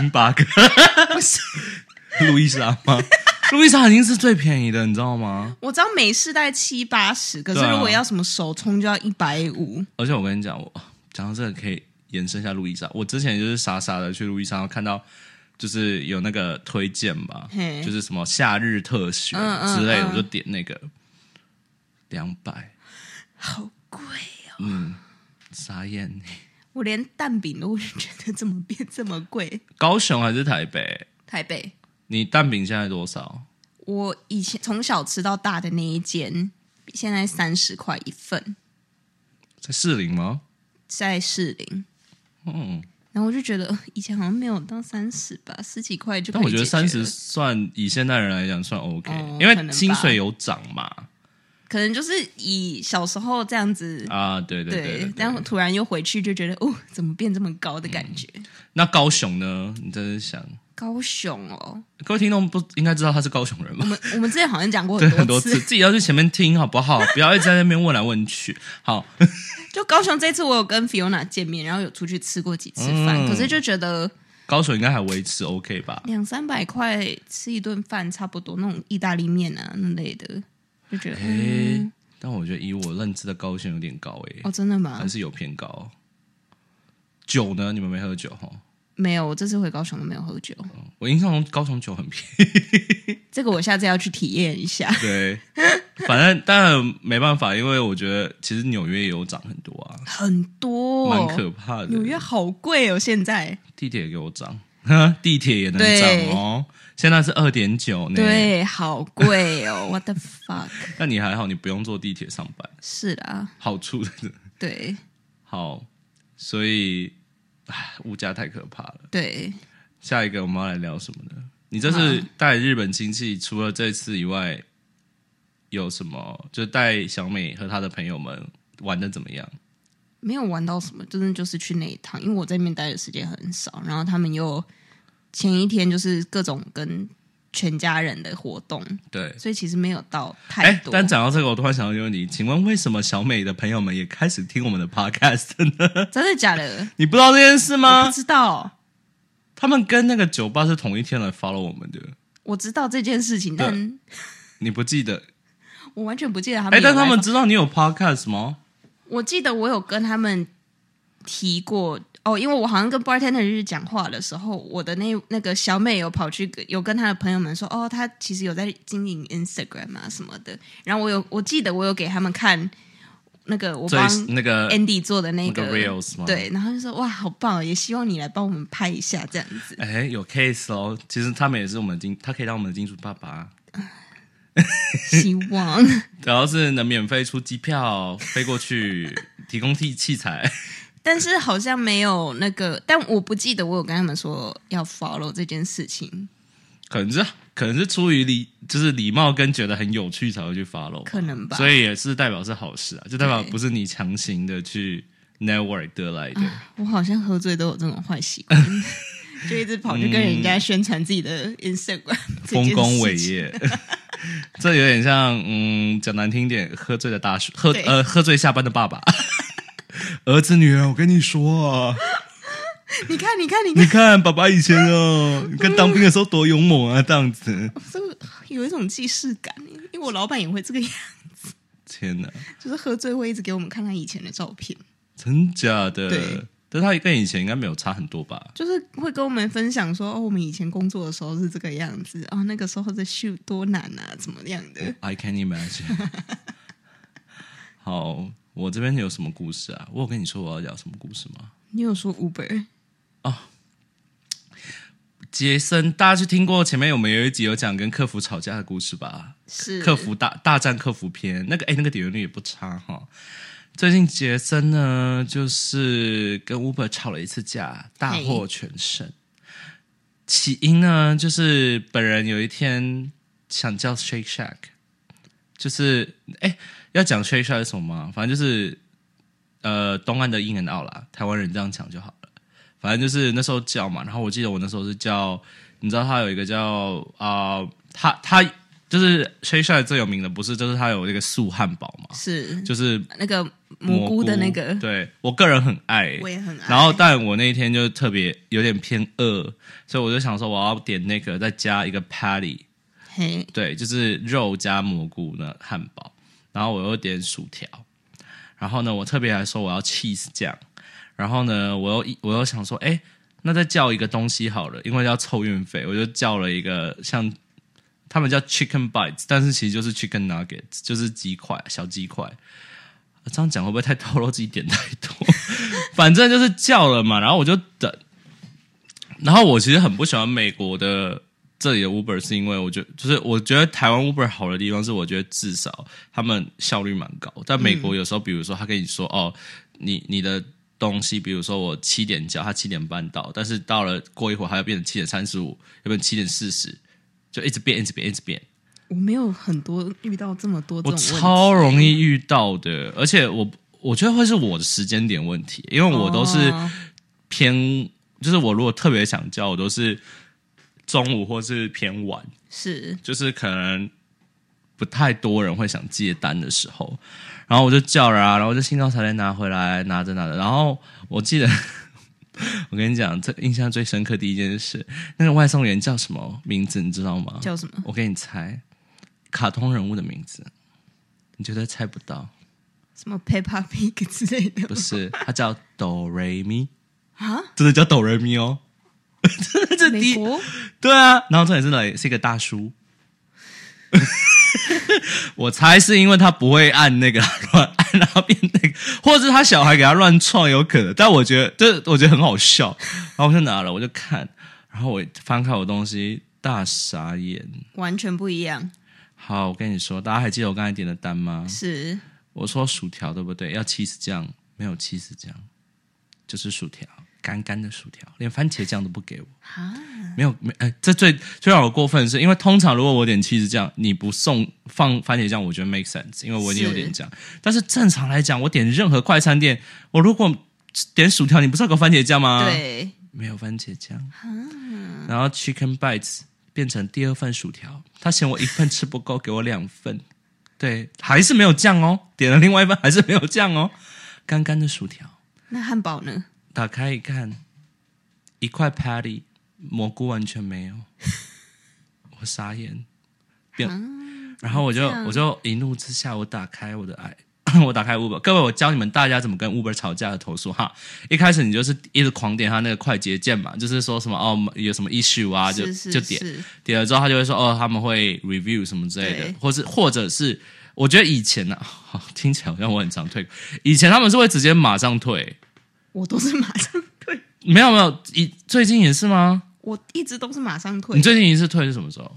Speaker 1: 星巴克，
Speaker 2: 不是，
Speaker 1: 路易莎吗？ 路易莎已经是最便宜的，你知道吗？
Speaker 2: 我知道美式大概七八十，可是
Speaker 1: 对啊
Speaker 2: 如果要什么手冲就要一百五。
Speaker 1: 而且我跟你讲，我讲到这个可以延伸一下路易莎。我之前就是傻傻的去路易莎看到，就是有那个推荐吧
Speaker 2: 嘿，
Speaker 1: 就是什么夏日特选
Speaker 2: 嗯嗯
Speaker 1: 之类的，
Speaker 2: 嗯
Speaker 1: 我就点那个两百，
Speaker 2: 好贵哦！
Speaker 1: 傻眼。
Speaker 2: 我连蛋饼都觉得怎么变这么贵？
Speaker 1: 高雄还是台北？
Speaker 2: 台北，
Speaker 1: 你蛋饼现在多少？
Speaker 2: 我以前从小吃到大的那一间，现在三十块一份，
Speaker 1: 在士林吗？
Speaker 2: 在士林。
Speaker 1: 嗯，
Speaker 2: 然后我就觉得呃以前好像没有到三十吧，十几块就可
Speaker 1: 但
Speaker 2: 以
Speaker 1: 我觉得
Speaker 2: 解决了
Speaker 1: 三十算以现代人来讲算 OK，、
Speaker 2: 哦
Speaker 1: 因
Speaker 2: 可能
Speaker 1: 为
Speaker 2: 吧
Speaker 1: 薪水有涨嘛。
Speaker 2: 可能就是以小时候这样子，
Speaker 1: 啊，对对对对
Speaker 2: 然后
Speaker 1: 对。
Speaker 2: 突然又回去就觉得哦，怎么变这么高的感觉？
Speaker 1: 那高雄呢？你真是想，
Speaker 2: 高雄哦，
Speaker 1: 各位听众不应该知道他是高雄人吧
Speaker 2: 我？们我们之前好像讲过
Speaker 1: 对， 很多
Speaker 2: 多
Speaker 1: 次，自己要去前面听好不好？不要一直在那边问来问去。好，
Speaker 2: 就高雄这次我有跟 Fiona 见面，然后有出去吃过几次饭，
Speaker 1: 嗯
Speaker 2: 可是就觉得
Speaker 1: 高手应该还维持 OK 吧？
Speaker 2: 两三百块吃一顿饭差不多，那种意大利面啊那类的，就觉得、
Speaker 1: 诶、但我觉得以我认知的高雄有点高诶、
Speaker 2: 嗯哦，真的吗
Speaker 1: 还？是有偏高。酒呢？你们没喝酒哈？
Speaker 2: 没有，我这次回高雄都没有喝酒，
Speaker 1: 我印象中高雄酒很便宜，
Speaker 2: 这个我下次要去体验 一下。
Speaker 1: 对，反正但没办法，因为我觉得其实纽约也有涨很多啊，
Speaker 2: 很多、
Speaker 1: 蛮
Speaker 2: 哦，
Speaker 1: 可怕的。
Speaker 2: 纽约好贵哦，现在
Speaker 1: 地铁也给我涨，地铁也能涨哦，现在是二点九呢。，
Speaker 2: 对，好贵哦，What the fuck？
Speaker 1: 那你还好，你不用坐地铁上班，
Speaker 2: 是啦，
Speaker 1: 好处真的
Speaker 2: 对
Speaker 1: 好，所以唉物价太可怕了。
Speaker 2: 对，
Speaker 1: 下一个我们要来聊什么呢？你这次带日本亲戚，除了这次以外，有什么？就带小美和她的朋友们玩的怎么样？
Speaker 2: 没有玩到什么，真的就是去那一趟，因为我在那边待的时间很少，然后他们又前一天就是各种跟全家人的活动，
Speaker 1: 对，
Speaker 2: 所以其实没有到
Speaker 1: 嗯
Speaker 2: 太
Speaker 1: 哎，
Speaker 2: 多。
Speaker 1: 但讲到这个，我突然想到一个问题，请问为什么小美的朋友们也开始听我们的 podcast 呢？
Speaker 2: 真的假的？
Speaker 1: 你不知道这件事
Speaker 2: 我不
Speaker 1: 吗？
Speaker 2: 知道，
Speaker 1: 他们跟那个酒吧是同一天来 follow 我们的，
Speaker 2: 我知道这件事情，
Speaker 1: 对
Speaker 2: 但
Speaker 1: 你不记得？
Speaker 2: 我完全不记得他们。
Speaker 1: 哎，但他们，知道你有 podcast 吗？
Speaker 2: 我记得我有跟他们提过哦，因为我好像跟 bartender 日讲话的时候，我的那那个小美有跑去跟有跟她的朋友们说，哦，她其实有在经营 Instagram 啊什么的。然后我有我记得我有给他们看那个我
Speaker 1: 最
Speaker 2: 帮
Speaker 1: 那个
Speaker 2: Andy 做的那
Speaker 1: 那个 reels 吗
Speaker 2: 对，然后就说哇，好棒哦，也希望你来帮我们拍一下这样子。
Speaker 1: 哎，有 case 哦。其实他们也是我们的金，他可以当我们的金主爸爸，
Speaker 2: 希望
Speaker 1: 主要是能免费出机票飞过去，提供器器材。
Speaker 2: 但是好像没有那个，但我不记得我有跟他们说要 follow 这件事情，
Speaker 1: 可能是可能是出于礼，就是礼貌跟觉得很有趣才会去 follow，吧
Speaker 2: 可能吧。
Speaker 1: 所
Speaker 2: 以
Speaker 1: 以也是代表是好事啊，就代表
Speaker 2: 对
Speaker 1: 不是你强行的去 network 得来的。
Speaker 2: 我好像喝醉都有这种坏习惯，就一直跑去跟人家宣传自己的 Instagram，这
Speaker 1: 嗯
Speaker 2: 件
Speaker 1: 丰
Speaker 2: 事情
Speaker 1: 功伟。业。 这有点像，嗯，讲难听点，喝醉的大叔，喝
Speaker 2: 对
Speaker 1: 呃喝醉下班的爸 爸，儿子女儿，我跟你说 啊，
Speaker 2: 你看，你看，你
Speaker 1: 你
Speaker 2: 看，
Speaker 1: 看爸爸以前哦，你看当兵的时候多勇猛啊，这样子，
Speaker 2: 这个有一种既视感，因为我老板也会这个样，
Speaker 1: 天哪，
Speaker 2: 就是喝醉会一直给我们看他以前的照片，
Speaker 1: 真假的
Speaker 2: 对？
Speaker 1: 但他跟以前应该没有差很多吧？
Speaker 2: 就是会跟我们分享说，哦，我们以前工作的时候是这个样子，哦，那个时候的 shoot 多难啊，怎么样的。
Speaker 1: I can imagine 。好，我这边有什么故事啊？我有跟你说我要讲什么故事吗？
Speaker 2: 你有说 Uber？
Speaker 1: 杰森，大家去听过前面我们有一集有讲跟客服吵架的故事吧？
Speaker 2: 是
Speaker 1: 客服大大战客服篇，那个哎，那个点阅率也不差哈。最近杰森呢，就是跟 Uber 吵了一次架，大获全胜。起因呢，就是本人有一天想叫 Shake Shack，就是哎，要讲 Shake Shack 是什么吗？反正就是呃东岸的 in and out 啦，台湾人这样讲就好了。反正就是那时候叫嘛，然后我记得我那时候是叫，你知道他有一个叫啊、呃他他就是 Shake Shack 最有名的不是就是他有那个素汉堡嘛，
Speaker 2: 是
Speaker 1: 就是
Speaker 2: 那个
Speaker 1: 蘑
Speaker 2: 蘑菇的那个，
Speaker 1: 对我个人很爱、
Speaker 2: 我也很爱。
Speaker 1: 然后，但我那一天就特别有点偏饿，所以我就想说我要点那个再加一个 patty，
Speaker 2: 嘿，
Speaker 1: 对，就是肉加蘑菇的汉堡。然后我又点薯条，然后呢，我特别还说我要 cheese 酱。然后呢，我又一我又想说，哎，那再叫一个东西好了，因为要凑运费，我就叫了一个像他们叫 chicken bites，但是其实就是 chicken nuggets，就是鸡块小鸡块。这样讲会不会太透露自己点太多？ 反正就是叫了嘛，然后我就等。然后我其实很不喜欢美国的这里的 Uber，是因为我觉得就是我觉得台湾 Uber 好的地方是，我觉得至少他们效率蛮高。但美
Speaker 2: 嗯
Speaker 1: 国有时候，比如说他跟你说、哦，你你的东西，比如说我七点叫，他七点半到，但是到了过一会儿，他要变成七点三十五，要变成七点四十，就一直变，一直变，一直变。
Speaker 2: 我没有很多遇到这么多这
Speaker 1: 我
Speaker 2: 种问题，
Speaker 1: 超容易遇到的，而且我我觉得会是我的时间点问题，因为我都是
Speaker 2: 哦
Speaker 1: 偏，就是我如果特别想叫，我都是中午或是偏晚，
Speaker 2: 是
Speaker 1: 就是可能不太多人会想接单的时候，然后我就叫了啊，然后我就兴高采烈拿回来，拿着拿着，然后我记得。 我跟你讲，这印象最深刻第一件事，那个外送员叫什么名字，你知道吗？
Speaker 2: 叫什么？
Speaker 1: 我给你猜，卡通人物的名字，你觉得猜不到？
Speaker 2: 什么 Peppa Pig 之类的
Speaker 1: 不 是，他叫哆瑞咪，
Speaker 2: 啊？
Speaker 1: 真的叫哆瑞咪哦。 这第
Speaker 2: 美
Speaker 1: 一
Speaker 2: 国
Speaker 1: 对啊，然后重点是呢，是一个大叔。 我猜是因为他不会按那个乱按，然后变那个，或者是他小孩给他乱创有可能。但我觉得这我觉得很好笑，然后我就拿了，我就看，然后我翻开我东西，大傻眼。
Speaker 2: 完全不一样，
Speaker 1: 好，我跟你说，大家还记得我刚才点的单吗？
Speaker 2: 是
Speaker 1: 我说薯条对不对？要起司酱，没有起司酱，就是薯条，干干的薯条，连番茄酱都不给我。
Speaker 2: 啊，
Speaker 1: 没有没，哎，这最最让我过分的是，因为通常如果我点起司酱，你不送放番茄酱，我觉得 make sense，因为我已经有点酱。但是正常来讲，我点任何快餐店，我如果点薯条，你不是有个番茄酱吗？，
Speaker 2: 对，
Speaker 1: 没有番茄酱。然后 chicken bites 变成第二份薯条，他嫌我一份吃不够，给我两份。对，还是没有酱哦，点了另外一份还是没有酱哦，干干的薯条。
Speaker 2: 那汉堡呢？
Speaker 1: 打开一看，一块 patty 蘑菇完全没有，我傻眼。变，
Speaker 2: 啊
Speaker 1: 然后我就我就一怒之下，我打开我的 i，我打 开 Uber。各位，我教你们大家怎么跟 Uber 吵架的投诉哈。一开始你就是一直狂点他那个快捷键嘛，就是说什么哦有什么 issue 啊，就是
Speaker 2: 是
Speaker 1: 就点
Speaker 2: 是
Speaker 1: 点了之后，他就会说哦他们会 review 什么之类的
Speaker 2: 对，
Speaker 1: 或是或者是我觉得以前呢、啊， 好听起来好像我很常退，以前他们是会直接马上退。
Speaker 2: 我都是马上退，
Speaker 1: 没有没有，以最近也是吗？
Speaker 2: 我一直都是马上退
Speaker 1: 你，最近一次退是什么时候？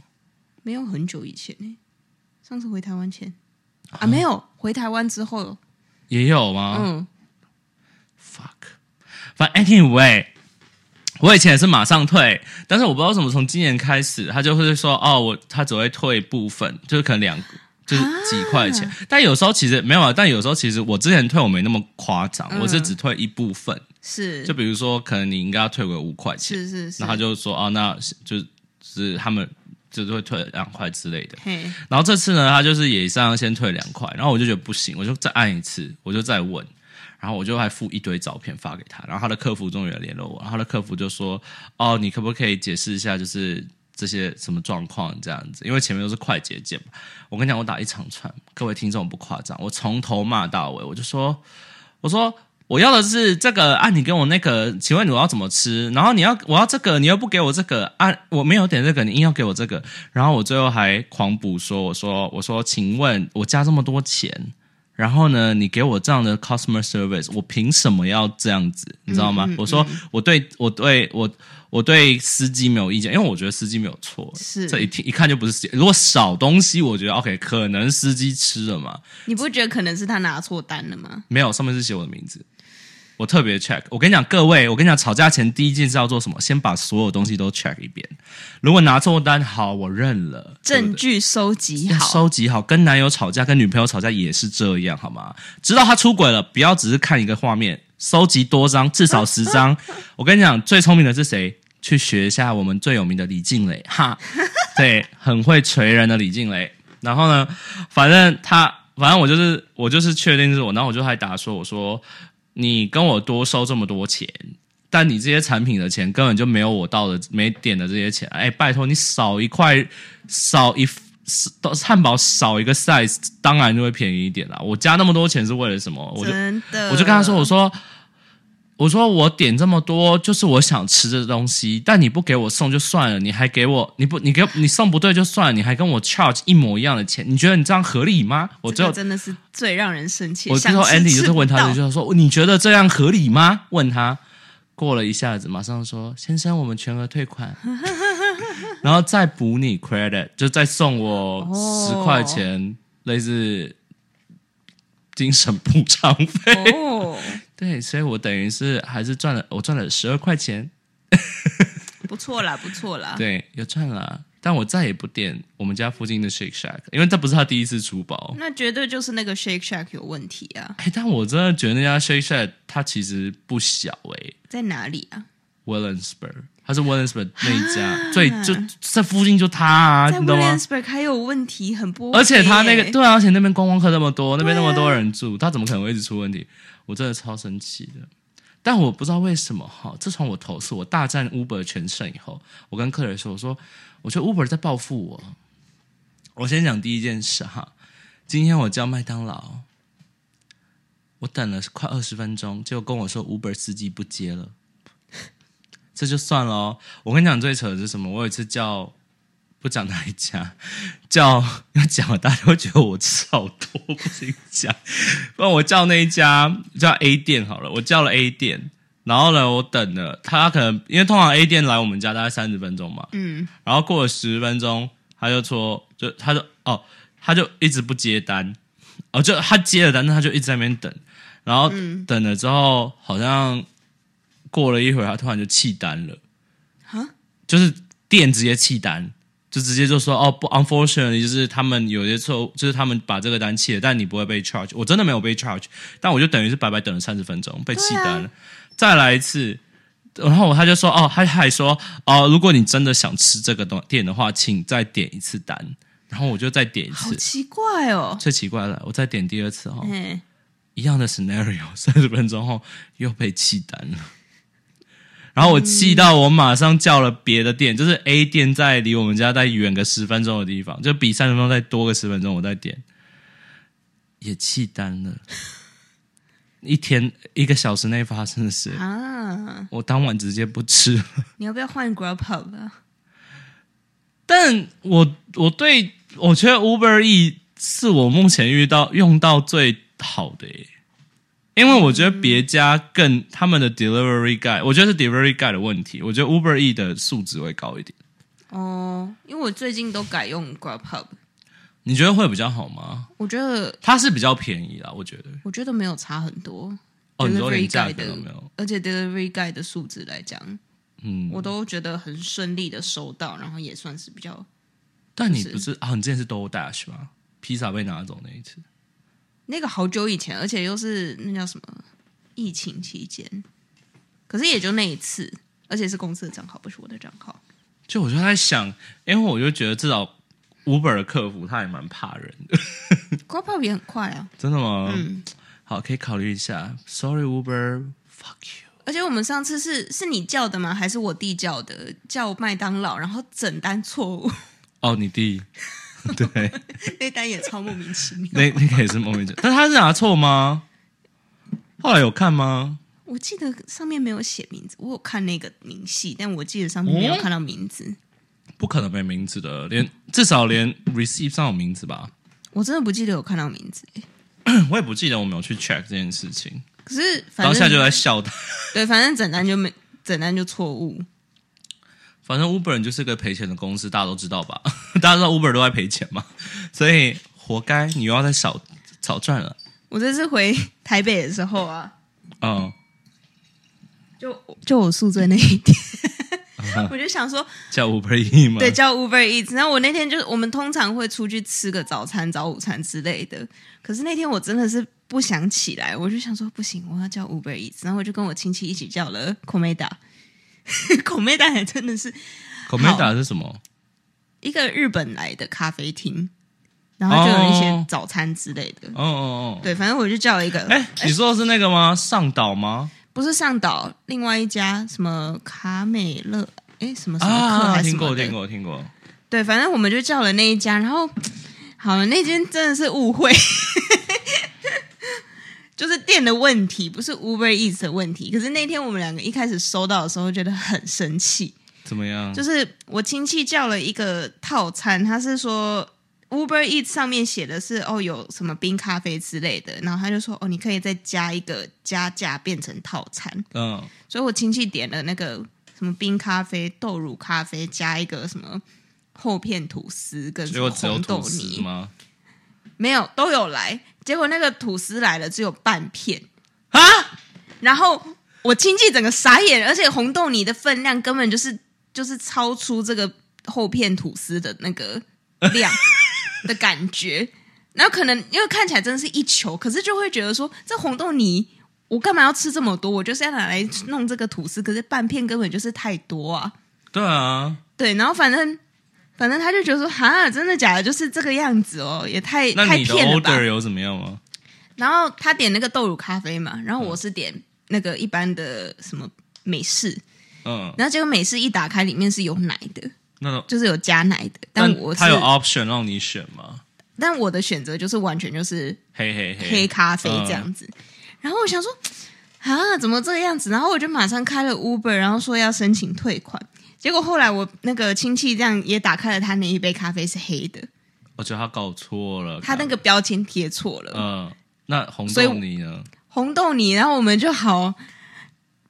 Speaker 2: 没有很久以前呢、上次回台湾前啊，没有回台湾之后，
Speaker 1: 也有吗、
Speaker 2: 嗯，
Speaker 1: f u c k 反正 anyway，我以前也是马上退，但是我不知道为什么从今年开始，他就会说哦，我他只会退部分，就是可能两就是几块钱、
Speaker 2: 啊
Speaker 1: 但有时候其实没有啊，但有时候其实我之前退我没那么夸张、
Speaker 2: 嗯
Speaker 1: 我是只退一部分，
Speaker 2: 是
Speaker 1: 就比如说可能你应该要退个五块钱，
Speaker 2: 是是是，
Speaker 1: 然后他就说哦，那是就是他们就是会退两块之类的。
Speaker 2: 嘿，
Speaker 1: 然后这次呢，他就是也上先退两块，然后我就觉得不行，我就再按一次，我就再问，然后我就还附一堆照片发给他，然后他的客服终于来联络我，然后他的客服就说：“哦，你可不可以解释一下，就是这些什么状况这样子？因为前面都是快捷键嘛。”我跟你讲，我打一长串，各位听众我不夸张，我从头骂到尾，我就说：“我说。”我要的是这个，按、你给我那个，请问我要怎么吃？然后你要我要这个，你又不给我这个，按、我没有点这个，你硬要给我这个，然后我最后还狂补说：“我说我说，请问我加这么多钱，然后呢，你给我这样的 customer service，我凭什么要这样子？你知道吗？”我说我对我对我我对司机没有意见，因为我觉得司机没有错，
Speaker 2: 是
Speaker 1: 这一听一看就不是司机。如果少东西，我觉得 OK，可能司机吃了嘛，
Speaker 2: 你不觉得可能是他拿错单了吗？
Speaker 1: 没有上面是写我的名字，我特别 check。我跟你讲，各位，我跟你讲，吵架前第一件事要做什么？先把所有东西都 check 一遍。如果拿错单，好，我认了。对
Speaker 2: 证
Speaker 1: 不对
Speaker 2: 据收集
Speaker 1: 要
Speaker 2: 好，
Speaker 1: 收集好，跟男友吵架、跟女朋友吵架也是这样，好吗？知道他出轨了，不要只是看一个画面，收集多张，至少十张。我跟你讲，最聪明的是谁？去学一下我们最有名的李静蕾，哈，对，很会锤人的李静蕾。然后呢，反正他，反正我就是我就是确定是我，然后我就还打说，我说你跟我多收这么多钱。但你这些产品的钱根本就没有我到的没点的这些钱，哎，拜托你少一块，少一汉堡少一个 size，当然就会便宜一点啦。我加那么多钱是为了什么？我就
Speaker 2: 真的，
Speaker 1: 我就跟他说，我说我说我点这么多，就是我想吃的东西，但你不给我送就算了，你还给我你不你给你送不对就算了，你还跟我 charge 一模一样的钱，你觉得你这样合理吗？我
Speaker 2: 这
Speaker 1: 最后
Speaker 2: 个真的是最让人生气。
Speaker 1: 我最后
Speaker 2: 想吃
Speaker 1: Andy 就是问他
Speaker 2: 吃
Speaker 1: 一
Speaker 2: 不
Speaker 1: 句，
Speaker 2: 到
Speaker 1: 就说哦你觉得这样合理吗？问他，过了一下子，马上说先生，我们全额退 款，然后再补你 credit，就再送我
Speaker 2: 哦
Speaker 1: 十块钱，类似精神补偿费。
Speaker 2: 哦，
Speaker 1: 对，所以我等于是还是赚了，我赚了十二块钱，
Speaker 2: 不错啦，不错啦。
Speaker 1: 对，有赚了啊。但我再也不点我们家附近的 Shake Shack，因为这不是他第一次出包。
Speaker 2: 那绝对就是那个 Shake Shack 有问题啊，
Speaker 1: 哎，但我真的觉得那家 Shake Shack 它其实不小哎、
Speaker 2: 在哪里啊？
Speaker 1: Williamsburg，他是 Williamsburg 那一家，最就这附近就他啊，
Speaker 2: 在
Speaker 1: 你懂吗？
Speaker 2: Williamsburg 还有问题，很不 OK 耶、
Speaker 1: 而且他那个对啊，而且那边观光客那么多，那边那么多人住，他怎么可能会一直出问题？我真的超生气的。但我不知道为什么哈，自从我投诉我大战 Uber 全胜以后，我跟客人说，我说我觉得 Uber 在报复我。我先讲第一件事哈，今天我叫麦当劳，我等了快二十分钟，结果跟我说 Uber 司机不接了，这就算了哦。我跟你讲最扯的是什么？我有一次叫不讲哪一家，叫要讲了大家会觉得我吃好多，不行讲。不然我叫那一家叫 A 店好了，我叫了 A 店，然后呢，我等了他可能因为通常 A 店来我们家大概三十分钟嘛，
Speaker 2: 嗯，
Speaker 1: 然后过了十分钟，他就说，就他就哦，他就一直不接单，哦，就他接了单，但他就一直在那边等，然后等了之后，好像过了一会儿，他突然就弃单了，
Speaker 2: 哈，
Speaker 1: 就是店直接弃单。就直接就说哦不，unfortunately，就是他们有些错误，就是他们把这个单弃了，但你不会被 charge。我真的没有被 charge，但我就等于是白白等了三十分钟，被弃单了。再来一次，然后他就说哦，他还说哦，如果你真的想吃这个东店的话，请再点一次单。然后我就再点一
Speaker 2: 好
Speaker 1: 次，
Speaker 2: 奇怪哦。
Speaker 1: 最奇怪了，我再点第二次哦，
Speaker 2: 嗯，
Speaker 1: 一样的 scenario，三十分钟后又被弃单了。然后我气到我马上叫了别的店，就是 A 店在离我们家再远个十分钟的地方，就比三十分钟再多个十分钟，我再点也弃单 了。一天一个小时内发生的事，
Speaker 2: 啊，
Speaker 1: 我当晚直接不吃了。
Speaker 2: 你要不要换 Grubhub 啊？
Speaker 1: 但我我对我觉得 Uber E 是我目前遇到用到最好的耶，因为我觉得别家更他们的 delivery guy，我觉得是 delivery guy 的问题，我觉得 Uber E 的素质会高一点。
Speaker 2: 哦，因为我最近都改用 Grubhub，
Speaker 1: 你觉得会比较好吗？
Speaker 2: 我觉得
Speaker 1: 它是比较便宜啦，我觉得。
Speaker 2: 我觉得没有差很多。
Speaker 1: 哦，你说
Speaker 2: Delivery
Speaker 1: 连价
Speaker 2: guy
Speaker 1: 格
Speaker 2: 的
Speaker 1: 都没有？
Speaker 2: 而且 delivery guy 的素质来讲，
Speaker 1: 嗯，
Speaker 2: 我都觉得很顺利的收到，然后也算是比较
Speaker 1: 但你
Speaker 2: 就是
Speaker 1: 不是啊？你之前是 DoorDash 吗？披萨被拿走那一次，
Speaker 2: 那个好久以前，而且又是那叫什么疫情期间，可是也就那一次，而且是公司的账号，不是我的账号。
Speaker 1: 就我就在想，因为我就觉得至少 Uber 的客服他也蛮怕人的，
Speaker 2: g r u b 也很快啊，
Speaker 1: 真的吗？
Speaker 2: 嗯，
Speaker 1: 好，可以考虑一下。Sorry Uber，fuck you。
Speaker 2: 而且我们上次是是你叫的吗？还是我弟叫的？叫麦当劳，然后整单错误，
Speaker 1: 哦，你弟， 对，
Speaker 2: 那单也超莫名其妙。
Speaker 1: 那那个也是莫名其妙，但他是拿错吗？后来有看吗？
Speaker 2: 我记得上面没有写名字，我有看那个明细，但我记得上面没有看到名字。
Speaker 1: 不可能没名字的，连至少连 receive 上有名字吧？
Speaker 2: 我真的不记得有看到名字，欸
Speaker 1: 我也不记得我没有去 check 这件事情，
Speaker 2: 可是反
Speaker 1: 当
Speaker 2: 正
Speaker 1: 下就在笑他。
Speaker 2: 对，反正整单就没整单就错误。
Speaker 1: 反正 Uber 就是个赔钱的公司，大家都知道吧？ 大家知道 Uber 都在赔钱嘛，所以活该你又要再少少赚了。
Speaker 2: 我这次回台北的时候啊，
Speaker 1: 嗯，
Speaker 2: 就就我宿醉那一 天，我就想说，
Speaker 1: 叫 Uber E 吗？
Speaker 2: 对，叫 Uber Eats。然后我那天就是我们通常会出去吃个早餐、早午餐之类的。可是那天我真的是不想起来，我就想说不行，我要叫 Uber Eats。然后我就跟我亲戚一起叫了 Komeda。Komeda 还真的是
Speaker 1: Komeda 是什么？
Speaker 2: 一个日本来的咖啡厅，然后就有一些
Speaker 1: 哦
Speaker 2: 早餐之类的。
Speaker 1: 哦哦哦，
Speaker 2: 对，反正我就叫了一个，
Speaker 1: 哎，你说的是那个吗？上岛吗？
Speaker 2: 不是上岛，另外一家什么卡美乐，哎，什么什么课
Speaker 1: 啊，
Speaker 2: 还是
Speaker 1: 听
Speaker 2: 什么
Speaker 1: 过，
Speaker 2: 的
Speaker 1: 听过，听过。
Speaker 2: 对，反正我们就叫了那一家，然后好了，那间真的是误会， 就是店的问题，不是 Uber Eats 的问题。可是那天我们两个一开始收到的时候，觉得很生气，
Speaker 1: 怎么样？
Speaker 2: 就是我亲戚叫了一个套餐，他是说 Uber Eats 上面写的是哦有什么冰咖啡之类的，然后他就说哦你可以再加一个加价变成套餐，
Speaker 1: 嗯，
Speaker 2: 所以我亲戚点了那个什么冰咖啡、豆乳咖啡，加一个什么厚片吐司跟什
Speaker 1: 结
Speaker 2: 么
Speaker 1: 果只有
Speaker 2: 红
Speaker 1: 吐
Speaker 2: 豆
Speaker 1: 司
Speaker 2: 泥，
Speaker 1: 吗？
Speaker 2: 没有都有来。结果那个吐司来了只有半片，
Speaker 1: 啊，
Speaker 2: 然后我亲戚整个傻眼，而且红豆泥的分量根本就是就是超出这个厚片吐司的那个 量的感觉。然后可能因为看起来真的是一球，可是就会觉得说这红豆泥我干嘛要吃这么多？我就是要拿来弄这个吐司，可是半片根本就是太多啊。
Speaker 1: 对啊，
Speaker 2: 对，然后反正反正他就觉得说哈，真的假的？就是这个样子哦，也太
Speaker 1: 那
Speaker 2: 太
Speaker 1: 你的
Speaker 2: 骗了吧。
Speaker 1: order 有怎么样吗？
Speaker 2: 然后他点那个豆乳咖啡嘛，然后我是点那个一般的什么美式，
Speaker 1: 嗯，
Speaker 2: 然后结果美式一打开里面是有奶的，
Speaker 1: 那种
Speaker 2: 就是有加奶的，但我是
Speaker 1: 他有 option 让你选吗？
Speaker 2: 但我的选择就是完全就是
Speaker 1: 嘿嘿嗯嘿，
Speaker 2: 黑咖啡这样子。然后我想说啊，怎么这个样子？然后我就马上开了 Uber，然后说要申请退款。结果后来我那个亲戚这样也打开了他那一杯咖啡是黑的，
Speaker 1: 我觉得他搞错了，
Speaker 2: 他那个标签贴错了。
Speaker 1: 嗯，那红
Speaker 2: 所以
Speaker 1: 豆泥呢？
Speaker 2: 红豆泥，然后我们就好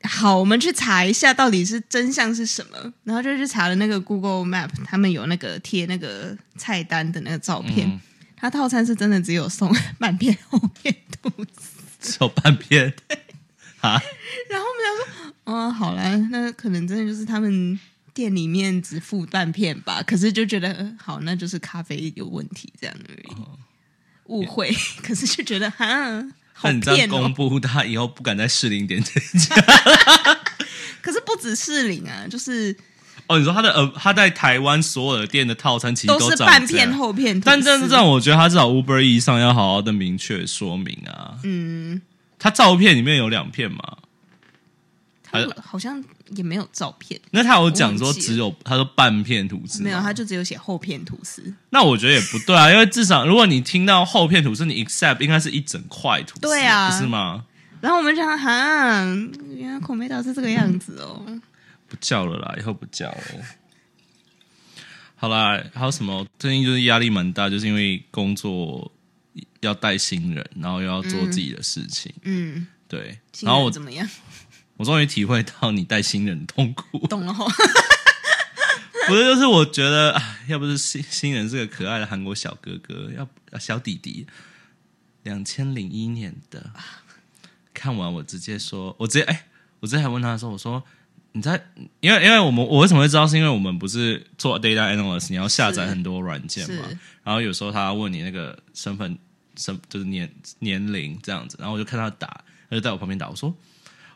Speaker 2: 好，我们去查一下到底是真相是什么，然后就去查了那个 Google Map，他们有那个贴那个菜单的那个照片，
Speaker 1: 嗯
Speaker 2: 它套餐是真的只有送 半片厚片吐司，
Speaker 1: 只有半片 啊，
Speaker 2: 然后我们想说，哦，好啦，那可能真的就是他们。店里面只付半片吧，可是就觉得呃好，那就是咖啡有问题这样而已，
Speaker 1: 哦
Speaker 2: 误会。 可是就觉得哈，好
Speaker 1: 那你这样
Speaker 2: 骗哦、
Speaker 1: 公布，他以后不敢再试零点这家。
Speaker 2: 可是不止士林啊，就是
Speaker 1: 哦，你说他的呃，他在台湾所有的店的套餐其实
Speaker 2: 是
Speaker 1: 长
Speaker 2: 半
Speaker 1: 这
Speaker 2: 片
Speaker 1: 样。
Speaker 2: 厚片吐司，
Speaker 1: 但这样这样，我觉得他至少 Uber E 上要好好的明确说明啊。嗯，他照片里面有两片嘛，
Speaker 2: 他们好像也没有照片，
Speaker 1: 那他有讲说
Speaker 2: 我忘记了
Speaker 1: 只有他说半片吐司吗，
Speaker 2: 没有，他就只有写厚片吐司。
Speaker 1: 那我觉得也不对啊，因为至少如果你听到厚片吐司，你 accept 应该是一整块吐司，
Speaker 2: 对啊
Speaker 1: 不是吗？
Speaker 2: 然后我们就想，哈，原来孔美岛是这个样子哦。
Speaker 1: 不叫了啦，以后不叫了。好啦，还有什么？最近就是压力蛮大，就是因为工作要带新人，然后又要做自己的事情，
Speaker 2: 嗯，
Speaker 1: 对。
Speaker 2: 新
Speaker 1: 然后
Speaker 2: 人
Speaker 1: 我
Speaker 2: 怎么样？
Speaker 1: 我终于体会到你带新人的痛苦，
Speaker 2: 懂了吼。哦
Speaker 1: 不是，就是我觉得，唉要不是新新人是个可爱的韩国小哥哥，要啊小弟弟，两千零一年的，看完我直接说，我直接哎、我直接还问他说，我说你在，因为因为我们我为什么会知道，是因为我们不是做 data analyst，你要下载
Speaker 2: 是
Speaker 1: 很多软件嘛，
Speaker 2: 是
Speaker 1: 然后有时候他问你那个身份身就是年年龄这样子，然后我就看他打，他就在我旁边打，我说